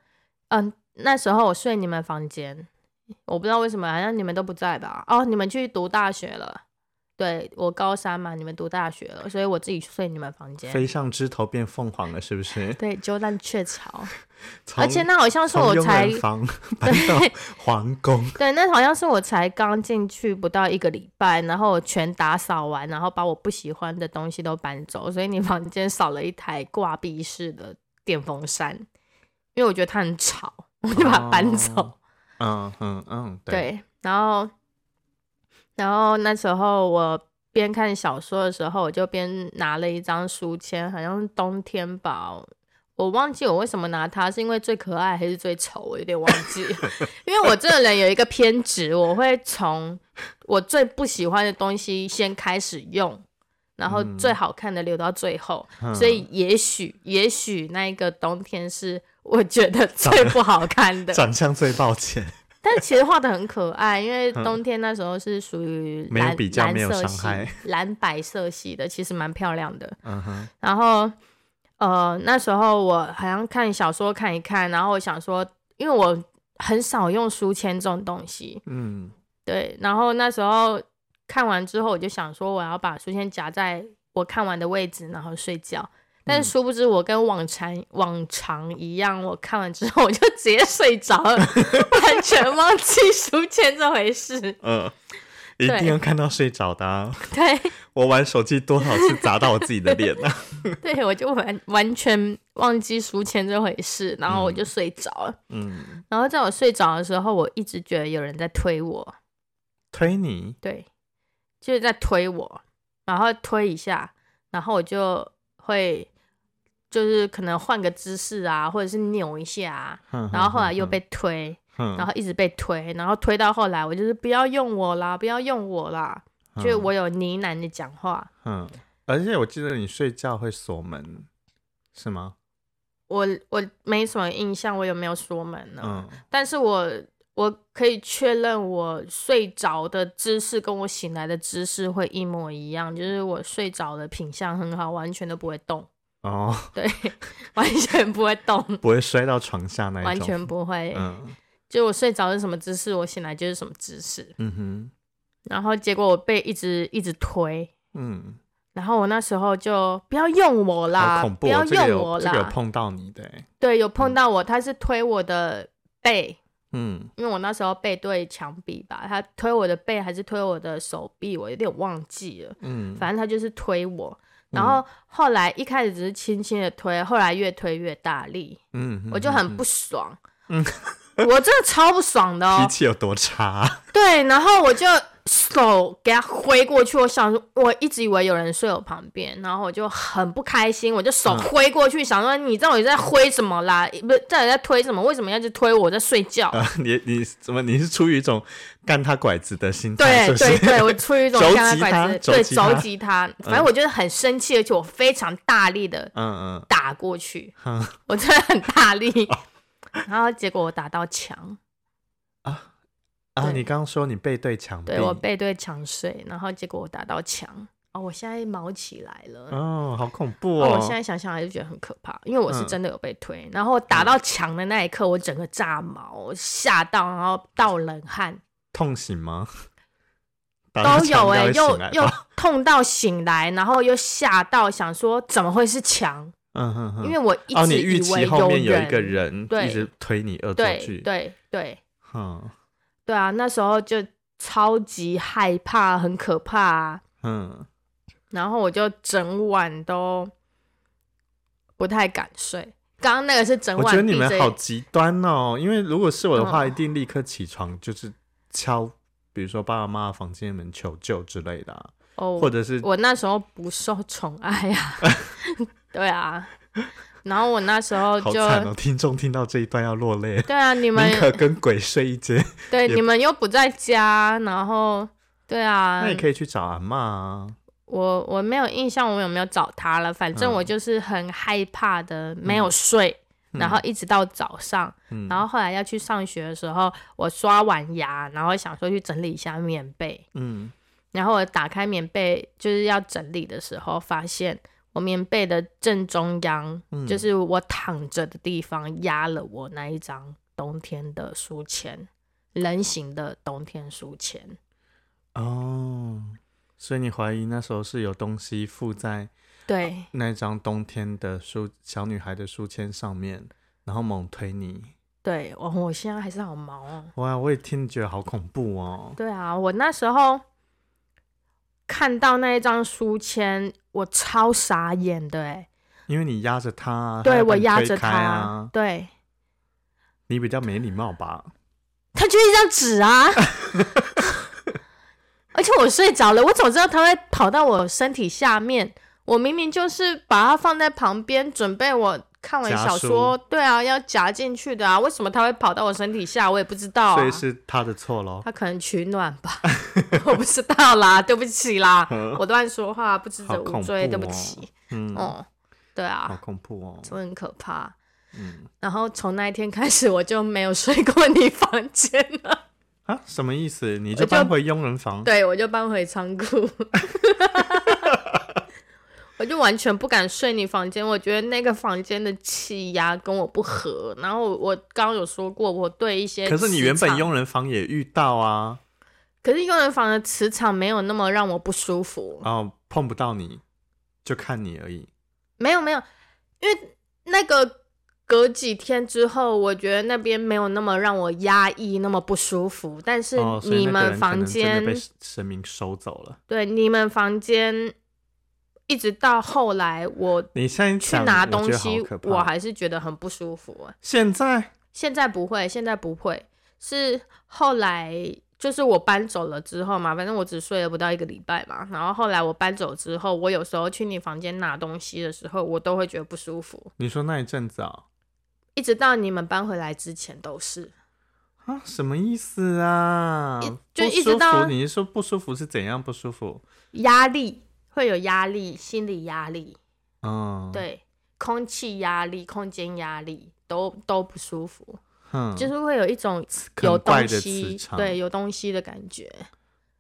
B: 嗯，那时候我睡你们房间，我不知道为什么，好像你们都不在吧？哦，你们去读大学了。对我高三嘛，你们读大学了，所以我自己睡你们房间。
A: 飞上枝头变凤凰了，是不是？
B: 对，鸠占鹊巢，
A: 从
B: 而且那好像是
A: 从
B: 我
A: 佣
B: 才
A: 人房搬到皇宫，
B: 对，那好像是我才刚进去不到一个礼拜，然后我全打扫完，然后把我不喜欢的东西都搬走，所以你房间少了一台挂壁式的电风扇，因为我觉得它很吵，我就把它搬走。
A: 哦嗯嗯嗯，，
B: 对，然后，然后那时候我边看小说的时候，我就边拿了一张书签，好像是冬天吧，我忘记我为什么拿它，是因为最可爱还是最丑，我有点忘 记。因为我这个人有一个偏执，我会从我最不喜欢的东西先开始用。然后
A: 嗯
B: 最好看的留到最后，
A: 嗯
B: 所以也许也许那一个冬天是我觉 得最不好看的，
A: 长相最抱歉，
B: 但其实画的很可爱，因为
A: 嗯
B: 冬天那时候是属于
A: 没有
B: 蓝
A: 比较
B: 蓝
A: 没有
B: 色
A: 伤
B: 系
A: 害
B: 蓝白色系的，其实蛮漂亮的。
A: 嗯哼，
B: 然后呃，那时候我好像看小说看一看，然后我想说，因为我很少用书签这种东西，
A: 嗯
B: 对。然后那时候看完之后，我就想说，我要把书签夹在我看完的位置，然后睡觉。但是殊不知，我跟往常往常一样，我看完之后我就直接睡着了，完全忘记书签这回事。
A: 嗯，一
B: 对
A: 定要看到睡着的啊。
B: 对，
A: 我玩手机多少次砸到我自己的脸啊！
B: 对我就完完全忘记书签这回事，然后我就睡着了。
A: 嗯，
B: 然后在我睡着的时候，我一直觉得有人在推我，
A: 推你，
B: 对，就是在推我，然后推一下，然后我就会就是可能换个姿势啊，或者是扭一下、啊，然后后来又被推，
A: 哼，
B: 然
A: 后
B: 后一直被推，然后推到后来，我就是不要用我啦，不要用我啦，就是我有呢喃的讲话，
A: 嗯，而且我记得你睡觉会锁门，是吗？
B: 我我没什么印象，我有没有锁门呢？
A: 嗯，
B: 但是我我可以确认，我睡着的姿势跟我醒来的姿势会一模一样，就是我睡着的品相很好，完全都不会动。
A: 哦，
B: 对， 完全不会 动，
A: 不会摔到床下那一种，
B: 完全不会。
A: 嗯
B: 就我睡着是什么姿势，我醒来就是什么姿势。
A: 嗯哼
B: 然后结果我被一直一直推，
A: 嗯，
B: 然后我那时候就不要用我啦，
A: 好恐怖、
B: 不要
A: 哦，这个
B: 用我
A: 有
B: 啦。
A: 这个有碰到你的欸，
B: 对，有碰到我，他是推我的背，
A: 嗯
B: 因为我那时候背对墙壁吧，他推我的背还是推我的手臂，我有点忘记了。
A: 嗯，
B: 反正他就是推我，然后后来一开始只是轻轻的推，后来越推越大力，
A: 嗯，
B: 我就很不爽。
A: 嗯
B: 我真的超不爽的
A: 脾
B: 哦。
A: 气有多差 啊，
B: 对，然后我就手给他挥过去，我想说我一直以为有人睡我旁边，然后我就很不开心，我就手
A: 嗯
B: 挥过去，想说你到底在挥什么啦？不是到底在推什么？为什么要去推我在睡觉？
A: 呃你你怎么你是出于一种干他拐子的心态，
B: 对
A: 哎是不
B: 对
A: 是？
B: 对，我出于一种
A: 肘
B: 像他
A: 击
B: 拐
A: 他
B: 子，
A: 肘
B: 对
A: 击
B: 肘
A: 他
B: 击他，反正我就是很生气，而且我非常大力的
A: 嗯嗯
B: 打过去，
A: 嗯
B: 我真的很大力，
A: 哦
B: 然后结果我打到墙，
A: 啊，
B: 对
A: 你刚刚说你背对墙壁，
B: 对我背对墙睡，然后结果我打到墙，哦，我现在毛起来了。
A: 哦，好恐怖
B: 哦，
A: 哦！
B: 我现在想想还是觉得很可怕，因为我是
A: 嗯
B: 真的有被推，然后打到墙的那一刻，我整个炸毛，我吓到，然后倒冷汗，
A: 痛醒吗？ 打到
B: 都有
A: 墙
B: 哎、
A: 要会
B: 又
A: 醒来哦吧
B: 又 痛到醒来，然后又吓到，想说怎么会是墙？
A: 嗯哼哼，
B: 因为我一
A: 哦，
B: 直
A: 你
B: 以
A: 预
B: 为
A: 期后面有
B: 人，
A: 一个人
B: 对
A: 一直推你恶作
B: 对
A: 剧，
B: 对对
A: 嗯
B: 对啊，那时候就超级害怕，很可怕、啊，
A: 嗯
B: 然后我就整晚都不太敢睡。刚刚那个是整
A: 我
B: 晚，
A: 觉得你们好极端哦，因为如果是我的话，
B: 嗯
A: 一定立刻起床，就是敲，比如说爸爸妈妈房间门求救之类的啊、
B: 哦，
A: 或者是
B: 我那时候不受宠爱 呀、啊，对啊，然后我那时候
A: 好
B: 就、
A: 惨哦，听众听到这一段要落泪，
B: 对啊，你们
A: 宁可跟鬼睡一间，
B: 对
A: 也
B: 你们又不在家，然后对啊
A: 那，你可以去找阿妈啊，
B: 我我没有印象我有没有找他了，反正
A: 嗯
B: 我就是很害怕的，没有睡。然后一直到早上，
A: 嗯
B: 然后后来要去上学的时候，我刷完牙，然后想说去整理一下棉被，
A: 嗯，
B: 然后我打开棉被就是要整理的时候，发现我棉被的正中央，
A: 嗯
B: 就是我躺着的地方，压了我那一张冬天的书签，人形的冬天书签。
A: 哦，所以你怀疑那时候是有东西附在
B: 对
A: 那张冬天的书小女孩的书签上面，然后猛推你。
B: 对，我我现在还是好毛哦。
A: 哇，我也听觉得好恐怖哦。
B: 对啊，我那时候看到那一张书签，我超傻眼的哎、
A: 因为你压着他啊，他
B: 对
A: 要把
B: 我
A: 你
B: 压
A: 推
B: 着
A: 开
B: 它，
A: 啊，
B: 对，
A: 你比较没礼貌吧？
B: 它就是一张纸啊。 而且我睡着了，我怎么知道它会跑到我身体下面？我明明就是把它放在旁边，准备我看完
A: 夹
B: 小说，对啊，要夹进去的啊。为什么它会跑到我身体下？我也不知道、啊。
A: 所以是他的错喽。
B: 他可能取暖吧， 我不知 道啦，对不起啦
A: 嗯，
B: 我乱说话，不知
A: 好
B: 者无
A: 恐
B: 罪，
A: 怖
B: 对不
A: 哦
B: 起。
A: 嗯，
B: 哦、对
A: 好
B: 啊，
A: 恐怖哦。
B: 真的很可怕。
A: 嗯
B: 然后从那一天开始，我就没有睡过你房间了，
A: 啊，什么意思？你
B: 我
A: 就
B: 就
A: 搬回佣人房？
B: 对我就搬回 仓库，我就完全不敢睡你房间。我觉得那个房间的气压跟我不合。然后我刚刚有说过，我对一些
A: 可是你
B: 磁
A: 原本
B: 场，
A: 佣人房也遇到啊，
B: 可是佣人房的磁场没有那么让我不舒服。
A: 然后碰不到你，就看你而已。
B: 没有没有，因为那个隔几天之后，我觉得那边没有那么让我压抑，那么不舒服。但是
A: 哦，所以
B: 你
A: 那个
B: 们
A: 人可
B: 房
A: 能真
B: 间，
A: 的被神明收走了。
B: 对你们房间，一直到后来我
A: 你现在
B: 去
A: 讲
B: 拿
A: 我觉
B: 东
A: 得好
B: 西，
A: 可怕
B: 我还是觉得很不舒服、啊。
A: 现在
B: 现在不会，现在不会，是后来就是我搬走了之后嘛，反正我只睡了不到一个礼拜嘛。然后后来我搬走之后，我有时候去你房间拿东西的时候，我都会觉得不舒服。
A: 你说那一阵子啊、
B: 一直到你们搬回来之前都是，
A: 啊，什么意思啊
B: 一？
A: 不
B: 就一直
A: 舒服
B: 到
A: 你是说不舒服是怎样不舒服？
B: 压力会有压力，心理压力，
A: 嗯，，
B: 对，空气压力、空间压力都都不舒服，
A: 哼，
B: 就是会有一种
A: 很
B: 有
A: 嗯怪
B: 东
A: 的磁
B: 西，
A: 场，
B: 对，有东西的感觉，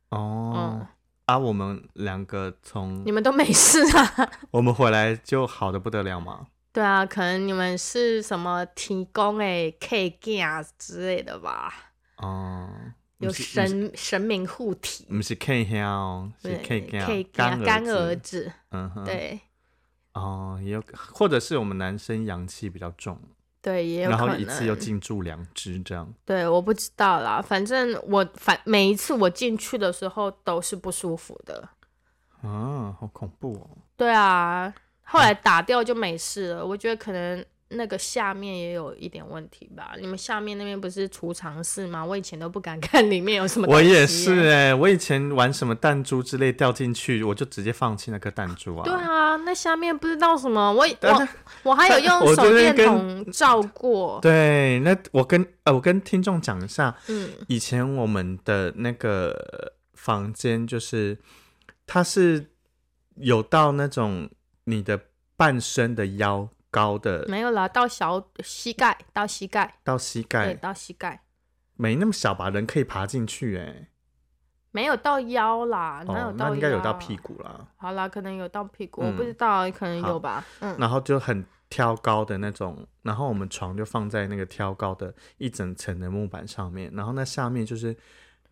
A: 哦
B: 嗯，
A: 啊，我们两个从
B: 你们都没事啊？
A: 我们回来就好的不得了嘛。
B: 对啊，可能你们是什么提供诶 K g a 之类的吧？
A: 哦、
B: 有
A: 不是
B: 神神明护体，
A: 不是 K 兄哦，是
B: 对
A: K
B: ，K 啊
A: 干
B: 干儿
A: 儿子，
B: 子，
A: 嗯哼，，
B: 对
A: 哦，也有，或者是我们男生阳气比较重，
B: 对，也有
A: 然
B: 可
A: 后
B: 能。
A: 一次又进驻两只这样，
B: 对，我不知道啦，反正我反每一次我进去的时候都是不舒服的。
A: 啊，好恐怖哦。
B: 对啊，后来打掉就没事了。我觉得可能那个下面也有一点问题吧。你们下面那边不是储藏室吗？我以前都不敢 看里面有什么东
A: 我
B: 西啊耶。
A: 也是哎、我以前玩什么弹珠之类掉进去，我就直接放弃那颗弹珠啊。
B: 对啊，那下面不知道什么，我
A: 但是
B: 我我还有
A: 我
B: 用
A: 昨
B: 手
A: 天
B: 电
A: 跟
B: 筒照过，
A: 对，那我跟呃，我跟听众讲一下，
B: 嗯，
A: 以前我们的那个房间就是，它是有到那种你的半身的腰高的
B: 没有啦，到小膝盖，到膝盖，
A: 到膝
B: 对，
A: 盖，
B: 到膝盖，
A: 没那么小吧？人可以爬进去哎、
B: 没有到腰啦，哪
A: 哦
B: 有，到腰？啊
A: 那应该有到屁股啦。
B: 好啦，可能有到屁股，
A: 嗯
B: 我不知道，可能有吧。嗯，
A: 然后就很挑高的那种，然后我们床就放在那个挑高的一整层的木板上面，然后那下面就是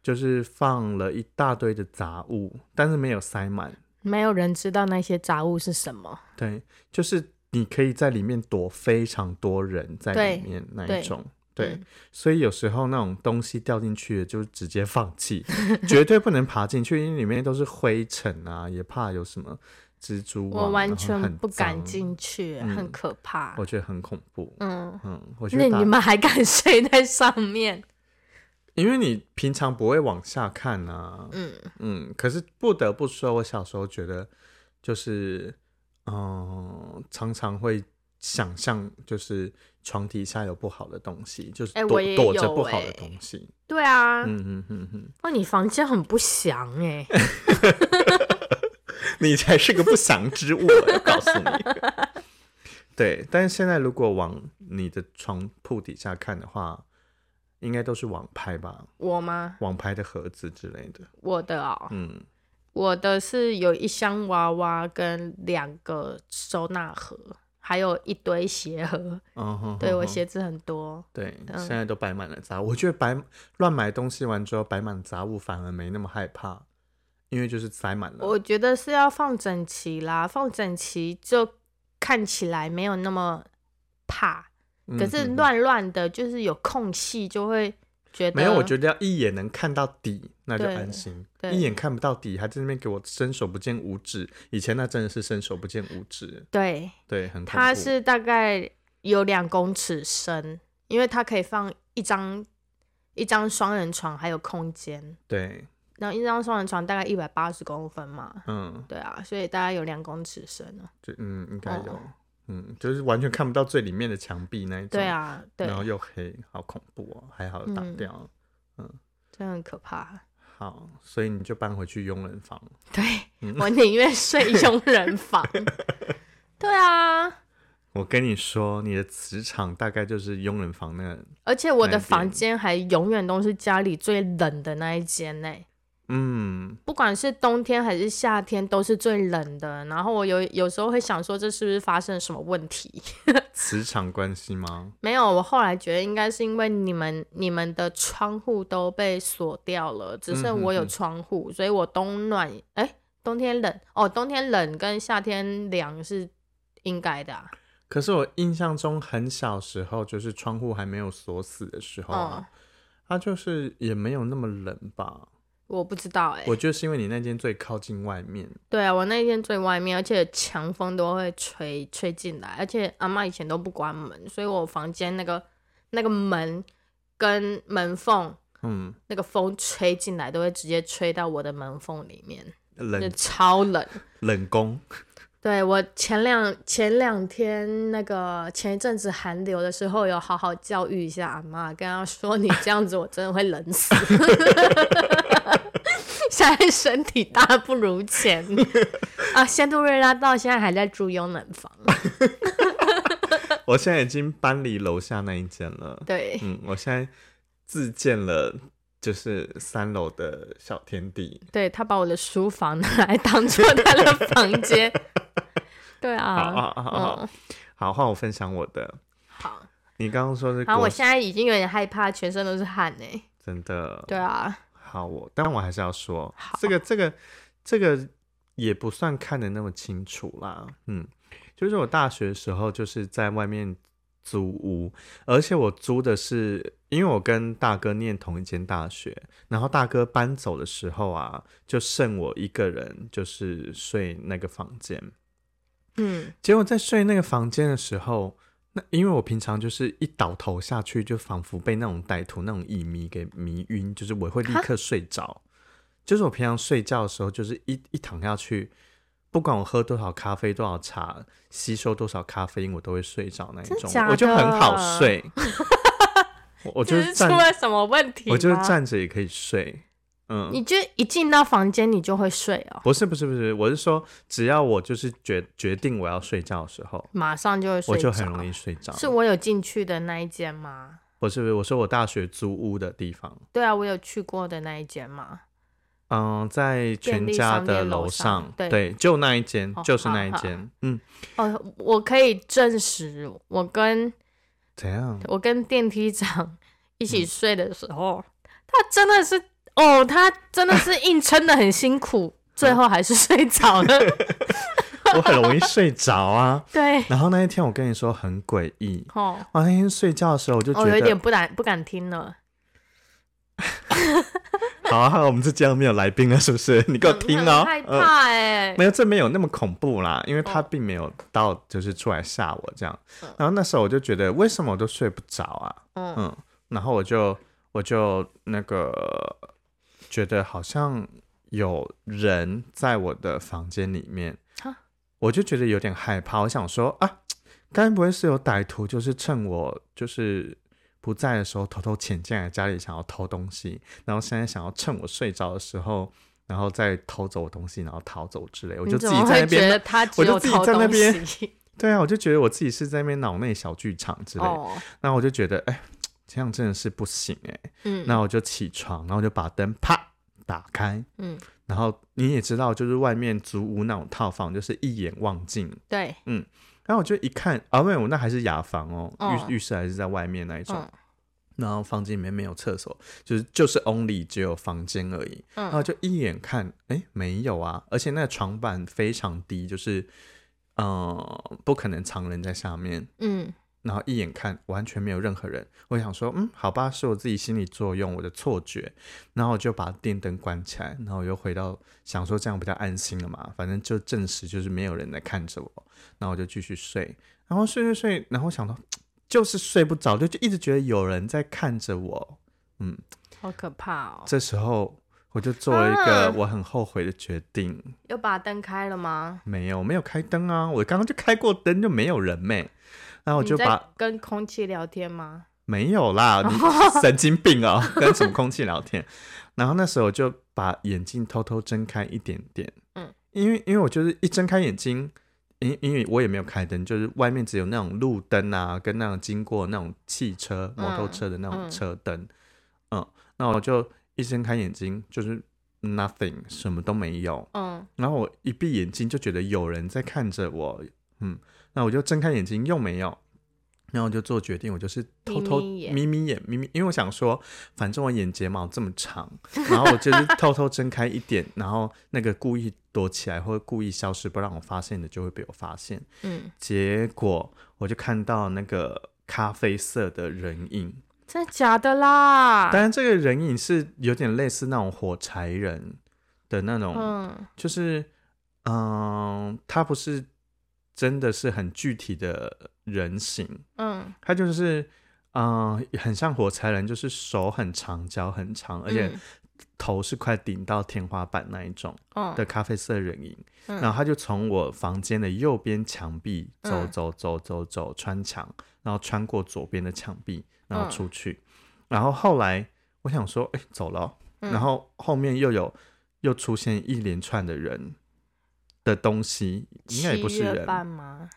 A: 就是放了一大堆的杂物，但是没有塞满，
B: 没有人知道那些杂物是什么。
A: 对，就是你可以在里面躲非常多人在里面那一
B: 对
A: 种。对，
B: 嗯
A: 所以有时候那种东西掉进去了，就直接放 弃，绝对不能爬进去，因为里面都是灰尘啊，也怕有什么蜘蛛网。
B: 我完
A: 然后
B: 全
A: 很
B: 不敢
A: 脏，
B: 进去，
A: 嗯
B: 很可怕。
A: 我觉得很恐怖。
B: 嗯，
A: 嗯，我觉
B: 那
A: 得打
B: 你们还敢 睡在上面？
A: 因为你平常不会往下看啊，
B: 嗯，
A: 嗯，可是不得不说，我小时候觉得就是，嗯，常常会想象就是床底下有不好的东西，就是
B: 哎
A: 躲、
B: 我也
A: 躲
B: 有
A: 着不好的
B: 哎
A: 东西，
B: 对啊，
A: 嗯嗯嗯嗯，
B: 哇，你房间很不祥 哎、
A: 你才是个不祥之物，我要告诉你。 对，但是现在如果往你的床铺底下看的话，应该都是网拍吧，
B: 我吗？
A: 网拍的盒子之类的，
B: 我的哦，
A: 嗯。
B: 我的是有一箱娃娃跟两个收纳盒，还有一堆鞋盒。
A: 嗯哼
B: 对
A: 哼
B: 我
A: 哼
B: 鞋子很多，
A: 对，
B: 嗯
A: 现在都摆满了杂物。我觉得摆乱买东西完之后，摆满杂物反而没那么害怕，因为就是塞满了。
B: 我觉得是要放整齐啦，放整齐就看起来没有那么怕，
A: 嗯
B: 可是
A: 嗯嗯
B: 乱乱的，就是有空隙就会觉得
A: 没有，我觉得要一眼能看到底，那就
B: 对
A: 安心。
B: 对
A: 一眼看不到底，还在那边给我伸手不见五指。以前那真的是伸手不见五指，
B: 对，
A: 对，很恐怖。
B: 它是大概有两公尺深，因为它可以放一张一张双人床，还有空间，
A: 对，
B: 然后一张双人床大概一百八十公分嘛，
A: 嗯，
B: 对啊，所以大概有两公尺深哦、
A: 就嗯，应该
B: 哦
A: 有，嗯，就是完全看不到最里面的墙壁那一种。
B: 对，啊，对，
A: 然后又黑，好恐怖哦，还好打
B: 嗯
A: 掉。
B: 真的很可怕。
A: 好，所以你就搬回去佣人房。
B: 对、
A: 嗯
B: 我宁 愿睡佣人房。对啊，
A: 我跟你说，你的磁场大概就是佣人房那个，
B: 而且我
A: 那
B: 的
A: 一
B: 房
A: 边
B: 间还永远都是家里最冷的那一间呢、
A: 嗯，
B: 不管是冬天还是夏天，都是最冷的。然后我有有时候会想说，这是不是发生了什么问题？
A: 磁场关系吗？
B: 没有，我后来觉得应该是因为你们你们的窗户都被锁掉了，
A: 嗯
B: 只剩我有窗户，所以我冬暖哎、冬天冷哦，冬天冷跟夏天凉是应该的、啊。
A: 可是我印象中很小时候，就是窗户还没有锁死的时候
B: 哦
A: 啊，它就是也没有那么冷吧。
B: 我不知道哎、
A: 我就是因为你那间最靠近外面，
B: 对啊，我那天最外面，而且强风都会吹吹进来，而且阿嬷以前都不关门，所以我房间那个那个门跟门缝，
A: 嗯，
B: 那个风吹进来都会直接吹到我的门缝里面，就
A: 冷
B: 超冷。
A: 冷宫，
B: 对我前两前两天那个前一阵子寒流的时候，有好好教育一下阿妈，跟她说你这样子我真的会冷死， 现在身体大不如前 啊！仙杜瑞拉到现在还在住佣人房，
A: 我现在已经搬离楼下那一间了。
B: 对，
A: 嗯，我现在自建了就是三楼的小天地。
B: 对他把我的书房拿来当做他的房间。 对
A: 好
B: 啊，
A: 好好好，
B: 嗯，
A: 好，换我分享我的。
B: 好，
A: 你刚刚说是
B: 然后
A: 国
B: 我现在已经有点害怕，全身都是汗呢、
A: 真的
B: 对啊，
A: 好，我但我还是要说
B: 好，
A: 这个这个这个也不算看得那么清楚啦。嗯，就是我大学的时候就是在外面租屋，而且我租的是因为我跟大哥念同一间大学，然后大哥搬走的时候啊，就剩我一个人就是睡那个房间。
B: 嗯，
A: 结果在睡那个房间的时候，那因为我平常就是一倒头下去，就仿佛被那种歹徒那种乙迷给迷晕，就是我会立刻睡着。就是我平常睡觉的时候，就是一一躺下去，不管我喝多少咖啡、多少茶，吸收多少咖啡因，我都会睡着那一种
B: 真，假的
A: 我就很好 睡。我我就
B: 这
A: 是
B: 出
A: 站，
B: 了什么问题？
A: 我就是，站着也可以睡。嗯，
B: 你就一进到房间你就会睡哦，
A: 不是不是不是，我是说，只要我就是决决定我要睡觉的时候，
B: 马上就会睡
A: 我
B: 着。
A: 就很容易睡着。
B: 是我有进去的那一间吗？
A: 不是不是，我说我大学租屋的地方，
B: 对啊，我有去过的那一间吗？
A: 嗯，在全家的楼
B: 便利商店楼上对
A: 对，就那一间，
B: 哦
A: 就是那一
B: 好好
A: 间，嗯，
B: 哦，我可以证实，我跟
A: 怎 样？
B: 我跟电梯长一起睡的时候，他真的是哦，他真的是硬撑的很 辛苦，
A: 嗯
B: 最后还是睡着了。
A: 我很容易睡着啊。
B: 对，
A: 然后那一天我跟你说很诡异，
B: 哦，
A: 我那天睡觉的时候我就觉
B: 我有一
A: 得，
B: 点不敢不敢听啊了。
A: 好啊，好啊我们这节目没有来宾了，是不是？你给我听
B: 很
A: 哦，
B: 害
A: 嗯
B: 怕哎、
A: 没有，这没有那么恐怖啦，因为他
B: 哦
A: 并没有到就是出来吓我这样
B: 嗯。
A: 然后那时候我就觉得，为什么我都睡不着啊？
B: 嗯
A: 嗯，然后我就我就那个觉得好像有人在我的房间里面
B: 啊，
A: 我就觉得有点害怕。我想说啊，该不会是有歹徒就是趁我就是不在的时候偷偷潜进来家里想要偷东西，然后现在想要趁我睡着的时候，然后再偷走我东西，然后逃走之类。我
B: 你
A: 就自
B: 怎
A: 己
B: 么
A: 在那
B: 会觉得
A: 边，
B: 他只
A: 我就
B: 有
A: 自己
B: 偷
A: 在那
B: 东
A: 边
B: 西？
A: 对啊，我就觉得我自己是在那边脑内小剧场之类的。
B: 哦，
A: 那我就觉得，哎，这样真的是不行哎、
B: 嗯，
A: 那我就起床，然后就把灯啪打开，
B: 嗯，
A: 然后你也知道，就是外面租屋那种套房，就是一眼望尽。
B: 对，
A: 然后我就一看，啊，没有，那还是雅房哦，
B: 嗯
A: 浴浴室还是在外面那一种。
B: 嗯
A: 然后房间里面没有厕所，就是就是 only 只有房间而已。然后
B: 嗯
A: 就一眼看，哎，没有啊，而且那个床板非常低，就是嗯、呃不可能藏人在下面。
B: 嗯，
A: 然后一眼看完全没有任何人，我想说，嗯，好吧，是我自己心理作用，我的错觉。然后我就把电灯关起来，然后我又回到想说这样比较安心了嘛，反正就证实就是没有人在看着我，然后我就继续睡，然后睡睡睡，然后想到就是睡不着，就就一直觉得有人在看着我。嗯，
B: 好可怕哦！
A: 这时候我就做了一个
B: 啊
A: 我很后悔的决定，
B: 又把灯开了吗？
A: 没有没有开灯啊，我刚刚就开过灯就没有人没、然后我
B: 你
A: 哦就
B: 在
A: 把
B: 跟空气聊天吗？
A: 没有 啦，你神经病哦、跟什么空气聊天？ 然后那时候我就把眼睛偷偷睁开一点点，
B: 嗯，
A: 因为因为我就是一睁开眼睛，因因为我也没有开灯，就是外面只有那种路灯啊，跟那种经过那种汽车、摩托车的那种
B: 嗯
A: 车灯，嗯，那我就一睁开眼睛就是 nothing，什么都没有，
B: 嗯
A: 然后我一闭眼睛就觉得有人在看着我，嗯，那我就睁开眼睛又没有，然后我就做决定，我就是偷偷
B: 眯眯眼
A: 眯眯眼眯眯，因为我想说，反正我眼睫毛这么长，然后我就是偷偷睁开一点， 然后那个故意躲起来或者故意消失不让我发现的就会被我发现，
B: 嗯，
A: 结果我就看到那个咖啡色的人影，
B: 真的假的啦？
A: 当然这个人影是有点类似那种火柴人的那种，
B: 嗯
A: 就是，嗯，他不是真的是很具体的人形，
B: 嗯，
A: 他就是，嗯，很像火柴人，就是手很长，脚很长，而且
B: 嗯
A: 头是快顶到天花板那一种
B: 嗯
A: 的咖啡色人影。
B: 嗯
A: 然后他就从我房间的右边墙壁走
B: 嗯
A: 走走走走穿墙，然后穿过左边的墙壁，然后
B: 嗯
A: 出去。然后后来我想说，哎，走了哦。
B: 嗯
A: 然后后面又有又出现一连串的人的东西，应该也不
B: 七
A: 是
B: 月
A: 人，
B: 半吗？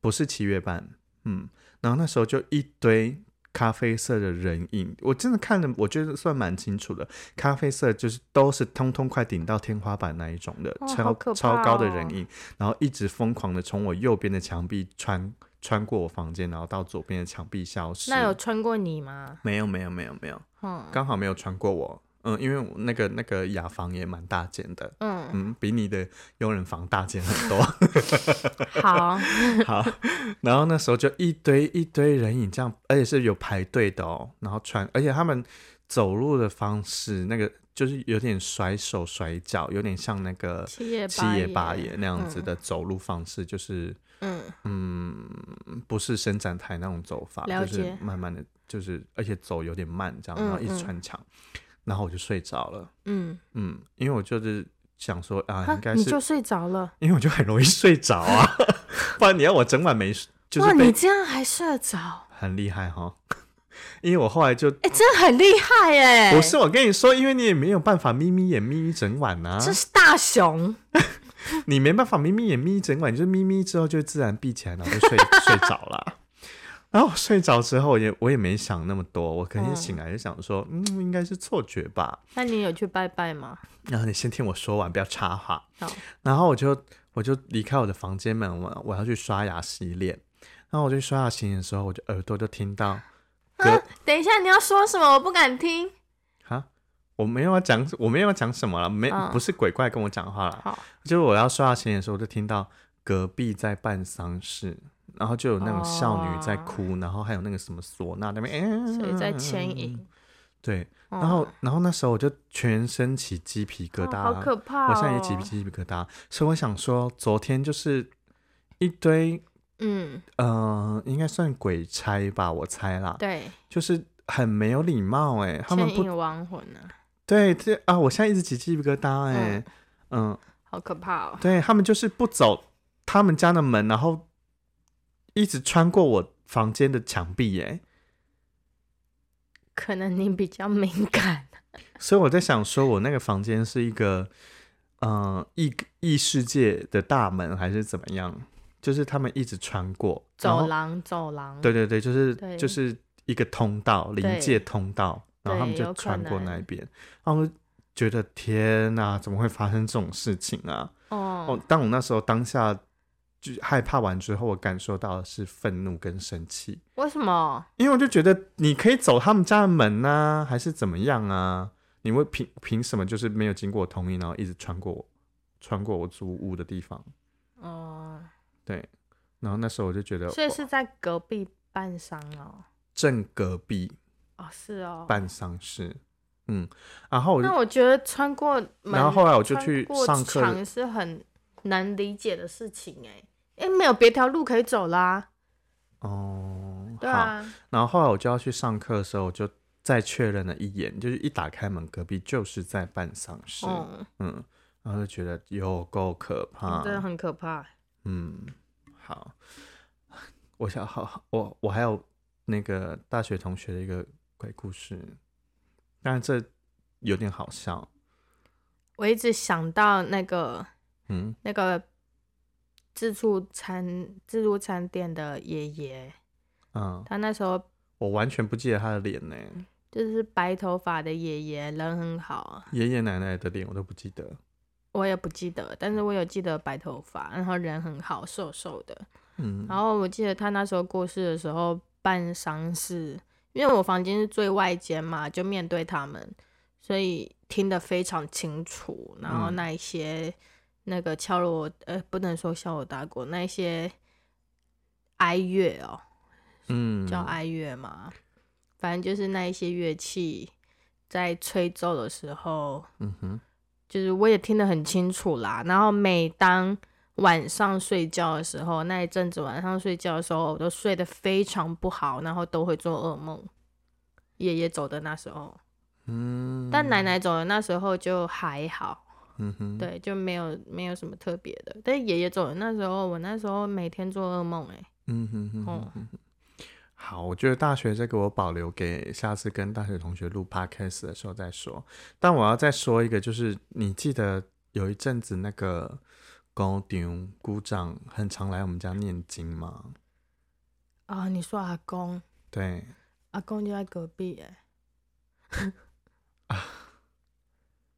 A: 不是七月半，嗯。然后那时候就一堆咖啡色的人影，我真的看的，我觉得算蛮清楚的。咖啡色就是都是通通快顶到天花板那一种的，
B: 哦
A: 超、
B: 好可怕
A: 超高的人
B: 哦
A: 影，然后一直疯狂的从我右边的墙壁穿穿过我房间，然后到左边的墙壁消失。
B: 那有穿过你吗？
A: 没有没有没有没有，
B: 嗯
A: 刚好没有穿过我。嗯，因为我那个那个雅房也蛮大间的，
B: 嗯，
A: 嗯，比你的佣人房大间很 多。
B: 好，
A: 好，然后那时候就一堆一堆人影这样，而且是有排队的哦。然后穿，而且他们走路的方式，那个就是有点甩手甩脚，有点像那个
B: 七爷
A: 七爷八爷那样子
B: 嗯
A: 的走路方式，就是
B: 嗯，
A: 嗯，不是伸展台那种走法，
B: 了
A: 就是
B: 解
A: 慢慢的，就是而且走有点慢这样，然后一
B: 嗯
A: 直
B: 嗯
A: 穿墙，然后我就睡着了。
B: 嗯，
A: 嗯，因为我就是想说啊，
B: 哈
A: 应该
B: 你
A: 是
B: 就睡着了，
A: 因为我就很容易睡着啊， 不然你要我整晚没睡，就
B: 哇，
A: 是
B: 你
A: 被
B: 这样还睡得着？
A: 很厉害哈。 因为我后来就
B: 哎、真的很厉害哎、
A: 不是我跟你说，因为你也没有办法眯眯眼眯一整晚啊，
B: 这是大熊，
A: 你没办法眯眯眼眯一整晚，你就眯眯之后就自然闭起来，然后就 睡睡着了。然后我睡着之后我也我也没想那么多，我可能一
B: 嗯
A: 醒来就想说，嗯，应该是错觉吧。
B: 那你有去拜拜吗？
A: 然后你先听我说完，不要插话。
B: 好
A: 然后我就我就离开我的房间门，我我要去刷牙洗脸。然后我去刷牙洗脸的时候，我就耳朵就听到隔
B: 啊，等一下你要说什么？我不敢听。
A: 啊，我没有要讲，我没有要讲什么了，没、
B: 嗯
A: 不是鬼怪跟我讲话了，
B: 好，
A: 就是我要刷牙洗脸的时候，我就听到隔壁在办丧事。然后就有那种少女在哭，然后还有那个什么唢呐那边，嗯
B: 所哦以在牵引。
A: 对，
B: 嗯
A: 然后、然后那时候我就全身起鸡皮疙
B: 哦
A: 瘩，
B: 好可怕、哦！
A: 我现在也起鸡皮疙瘩，所以我想说，昨天就是一堆，
B: 嗯，
A: 呃，应该算鬼差吧，我猜啦，
B: 对，
A: 就是很没有礼貌哎、他们
B: 牵
A: 不
B: 引亡魂啊，
A: 对，这啊，我现在一直起鸡皮疙瘩哎、嗯
B: 好可怕哦！
A: 对他们就是不走他们家的门，然后一直穿过我房间的墙壁哎、
B: 可能你比较敏感，
A: 所以我在想说，我那个房间是一个，嗯，异异世界的大门还是怎么样？就是他们一直穿过然后
B: 走廊，走廊，
A: 对对对，就是
B: 嗯对
A: 就是一个通道，临
B: 对
A: 界通道，然后他们
B: 对
A: 就
B: 有可
A: 穿过那
B: 能
A: 边，然后我就觉得天哪，怎么会发生这种事情啊？
B: 哦
A: 哦，，当我那时候当下就害怕完之后，我感受到的是愤怒跟生气，
B: 为什么？
A: 因为我就觉得你可以走他们家的门呐、还是怎么样啊？你会凭凭什么就是没有经过我同意，然后一直穿过我穿过我租屋的地方？
B: 哦，
A: 对，然后那时候我就觉得，
B: 所以
A: 哇
B: 是在隔壁办丧哦，
A: 正隔壁
B: 哦，是哦。
A: 办丧事，嗯，然后我就
B: 那我觉得穿过门，
A: 然后后来我就
B: 穿
A: 去
B: 过
A: 上课的
B: 墙是很难理解的事情哎，哎，没有别条路可以走啦，
A: 哦，
B: 对
A: 好，
B: 啊，
A: 然后后来我就要去上课的时候，我就再确认了一眼，就是一打开门，隔壁就是在办丧事，
B: 嗯，
A: 嗯，然后就觉得有够可怕，
B: 真的很可怕。
A: 嗯，好，我想好，我我还有那个大学同学的一个鬼故事，但这有点好笑，
B: 我一直想到那个
A: 嗯，
B: 那个自助餐自助餐店的爷爷，
A: 嗯，
B: 他那时候
A: 我完全不记得他的脸呢，
B: 就是白头发的爷爷，人很好，啊
A: 爷爷奶奶的脸我都不记得，
B: 我也不记得，但是我有记得白头发，然后人很好，瘦瘦的。
A: 嗯，
B: 然后我记得他那时候过世的时候办丧事，因为我房间是最外间嘛，就面对他们，所以听得非常清楚。然后
A: 嗯
B: 那一些、那个敲锣，呃，不能说敲锣打鼓，那一些哀乐哦，
A: 嗯，
B: 叫哀乐嘛，反正就是那一些乐器在吹奏的时候，
A: 嗯哼，
B: 就是我也听得很清楚啦。然后每当晚上睡觉的时候，那一阵子晚上睡觉的时候，我都睡得非常不好，然后都会做噩梦。爷爷走的那时候，
A: 嗯，
B: 但奶奶走的那时候就还好，
A: 嗯哼，
B: 对，就没有没有什么特别的。但爷爷走的那时候，我那时候每天做噩梦、欸，
A: 嗯哼哼哼
B: 哦
A: 哼哼。好，我觉得大学这个我保留给下次跟大学同学录 podcast 的时候再说。但我要再说一个，就是你记得有一阵子那个高丢姑丈很常来我们家念经吗？
B: 啊、你说阿公，
A: 对，
B: 阿公就在隔壁、欸，哎，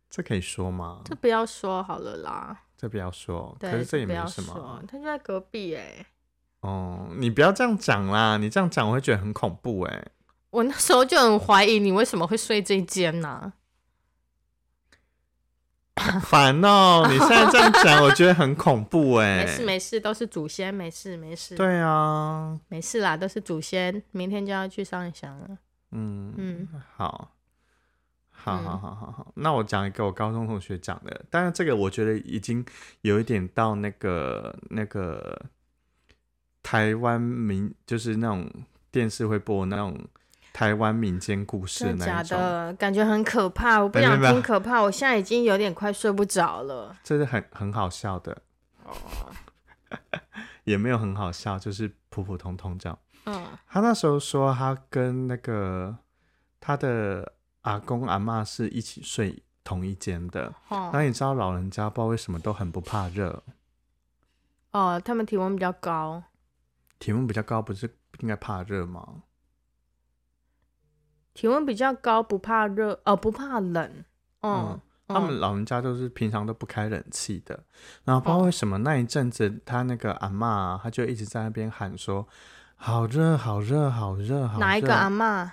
A: 这可以说吗？
B: 这不要说好了啦。
A: 这不要说，
B: 对，
A: 可是这也
B: 不
A: 没
B: 要
A: 什么啊
B: 说。，他就在隔壁、欸，哎，
A: 哦，你不要这样讲啦，你这样讲我会觉得很恐怖哎、
B: 我那时候就很怀疑你为什么会睡这一间呢、
A: 烦哦！你现在这样讲，我觉得很恐怖哎、
B: 没事没事，都是祖先，没事没事，
A: 对啊，
B: 没事啦，都是祖先，明天就要去上香了。
A: 嗯
B: 嗯，
A: 好，好好好好好。那我讲一个我高中同学讲的，但是这个我觉得已经有一点到那个那个台湾民，就是那种电视会播那种台湾民间故事
B: 真的
A: 那
B: 假
A: 一种，
B: 的？感觉很可怕，我不
A: 没有
B: 想
A: 没有
B: 听可怕，我现在已经有点快睡不着了。
A: 这是很很好笑的，也没有很好笑，就是普普通通这样。
B: 嗯，
A: 他那时候说，他跟那个他的阿公阿嬷是一起睡同一间的。
B: 哦
A: 那你知道老人家不知道为什么都很不怕热，
B: 哦，他们体温比较高，
A: 体温比较高，不是应该怕热吗？
B: 体温比较高不怕热，呃，不怕冷。嗯，
A: 他们老人家都是平常都不开冷气的，然后不知道为什么那一阵子他那个阿嬷啊，他就一直在那边喊说：“好热，好热，好热，好热。”
B: 哪一个阿？嬷？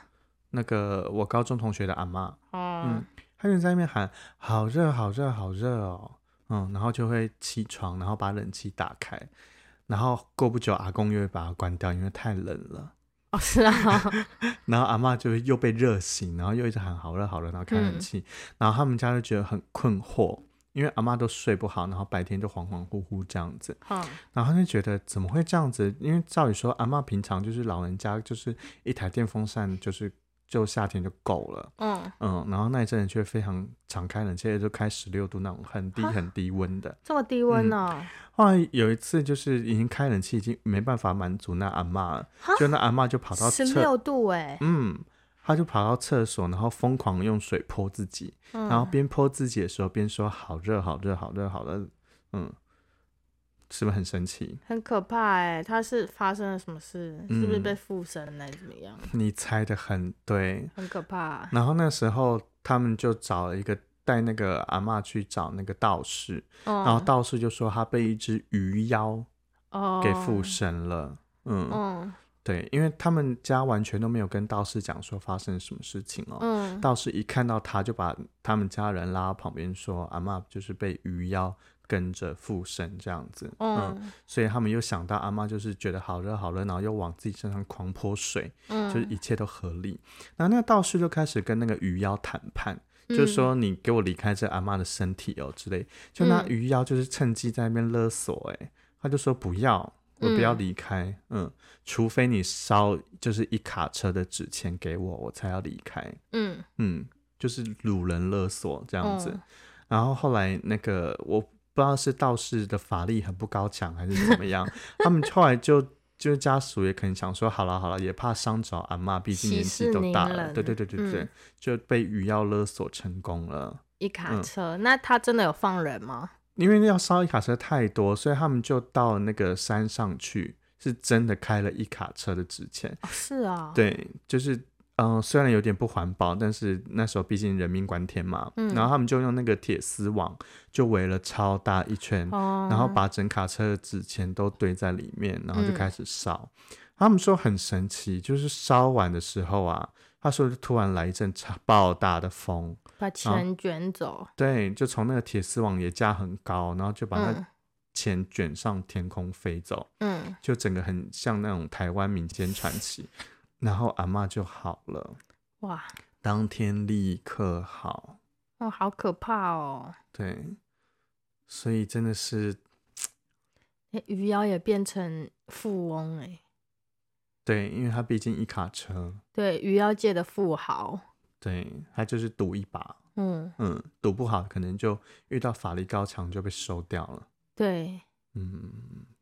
A: 那个我高中同学的阿嬷。
B: 哦、
A: 嗯，他就在那边喊“好热，好热，好热哦”，嗯，然后就会起床，然后把冷气打开，然后过不久阿公又会把它关掉，因为太冷了。
B: 哦，是啊，
A: 然后阿嬷就会又被热醒，然后又一直喊“好热，好热”，然后开冷气，然后他们家就觉得很困惑，因为阿嬷都睡不好，然后白天就恍恍惚惚这样子，
B: 嗯
A: 然后他就觉得怎么会这样子？因为照理说阿嬷平常就是老人家就是一台电风扇就是就夏天就够了。
B: 嗯，
A: 嗯，然后那一阵子却非常常开冷气，也就开十六度那种很低
B: 啊
A: 很低温的。
B: 这么低温
A: 嗯
B: 哦、
A: 后来有一次就是已经开冷气，已经没办法满足那阿嬷了
B: 哈，
A: 就那阿嬷就跑到
B: 十
A: 厕，
B: 六度哎、
A: 嗯，她就跑到厕所，然后疯狂用水泼自己，
B: 嗯
A: 然后边泼自己的时候边说好热好热好热好热，嗯，是不是很神奇？
B: 很可怕哎、他是发生了什么事？是不是
A: 嗯
B: 被附身了，还是怎么样？
A: 你猜的很对，
B: 很可怕、
A: 然后那时候他们就找了一个带那个阿嬷去找那个道士，
B: 嗯，
A: 然后道士就说他被一只鱼妖
B: 哦
A: 给附身了。嗯，
B: 嗯
A: 对，因为他们家完全都没有跟道士讲说发生什么事情哦。
B: 嗯，
A: 道士一看到他，就把他们家人拉到旁边说：“阿嬷就是被鱼妖跟着附身这样子。”嗯，
B: 嗯
A: 所以他们又想到阿嬷就是觉得好热好热，然后又往自己身上狂泼水，
B: 嗯，
A: 就是一切都合理。然后那个道士就开始跟那个鱼妖谈判，
B: 嗯
A: 就说你给我离开这阿妈的身体哦之类。就那
B: 嗯
A: 鱼妖就是趁机在那边勒索、欸，他就说不要，我不要
B: 嗯
A: 离开，嗯除非你烧就是一卡车的纸钱给我，我才要离开，
B: 嗯
A: 嗯，就是掳人勒索这
B: 这
A: 样子。然后后来那个我不知道是道士的法力很不高强还是怎么样，他们后来就就是家属也可能想说，好了好了，也怕伤着阿嬷，毕竟
B: 息
A: 年
B: 事
A: 纪都
B: 宁
A: 大了，
B: 人
A: 对对对对对，
B: 嗯
A: 就被鱼妖勒索成功了。
B: 一
A: 嗯
B: 卡车，那他真的有放人吗？
A: 因为要烧一卡车太多，所以他们就到那个山上去，是真的开了一卡车的纸钱。
B: 哦是啊，，
A: 对，就是嗯、呃虽然有点不环保，但是那时候毕竟人命关天嘛，
B: 嗯
A: 然后他们就用那个铁丝网就围了超大一圈，
B: 哦，
A: 然后把整卡车的纸钱都堆在里面，然后就
B: 嗯
A: 开始烧。他们说很神奇，就是烧完的时候啊，他说就突然来一阵超爆大的风，
B: 把钱卷走，
A: 对，就从那个铁丝网也架很高，然后就把它
B: 嗯
A: 钱卷上天空飞走，
B: 嗯，
A: 就整个很像那种台湾民间传奇。然后阿嬷就好了，
B: 哇，
A: 当天立刻好，
B: 哦，好可怕哦，
A: 对，所以真的是
B: 诶鱼妖也变成富翁哎、
A: 对，因为他毕竟一卡车。
B: 对，鱼妖界的富豪，
A: 对他就是赌一把，
B: 嗯，
A: 嗯，赌不好可能就遇到法力高强就被收掉了，
B: 对，
A: 嗯，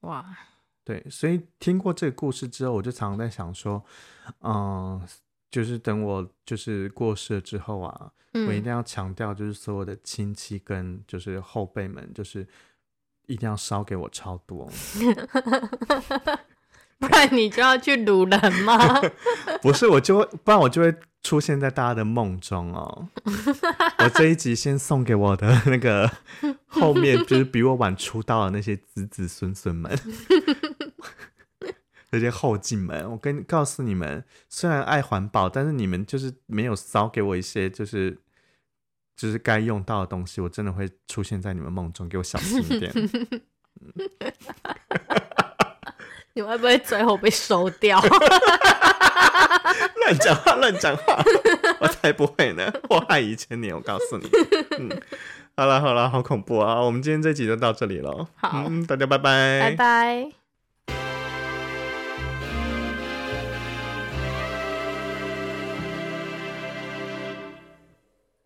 B: 哇，
A: 对，所以听过这个故事之后，我就常常在想说，嗯、就是等我就是过世了之后啊，我一
B: 嗯
A: 定要强调，就是所有的亲戚跟就是后辈们，就是一定要烧给我超多，
B: 不然你就要去掳人 吗？
A: 不是，我就会，不然我就会出现在大家的梦中哦。我这一集先送给我的那个后面就是比我晚出道的那些子子孙孙们，那些后进们，我跟告诉你们，虽然爱环保，但是你们就是没有扫给我一些就是就是该用到的东西，我真的会出现在你们梦中，给我小心一点。
B: 你会不会最后被收掉？
A: 乱讲话，乱讲话， 我才不会呢！祸害一千年，我告诉你。嗯，好了好了，好恐怖啊！我们今天这集就到这里了。
B: 好
A: 嗯，大家拜
B: 拜拜。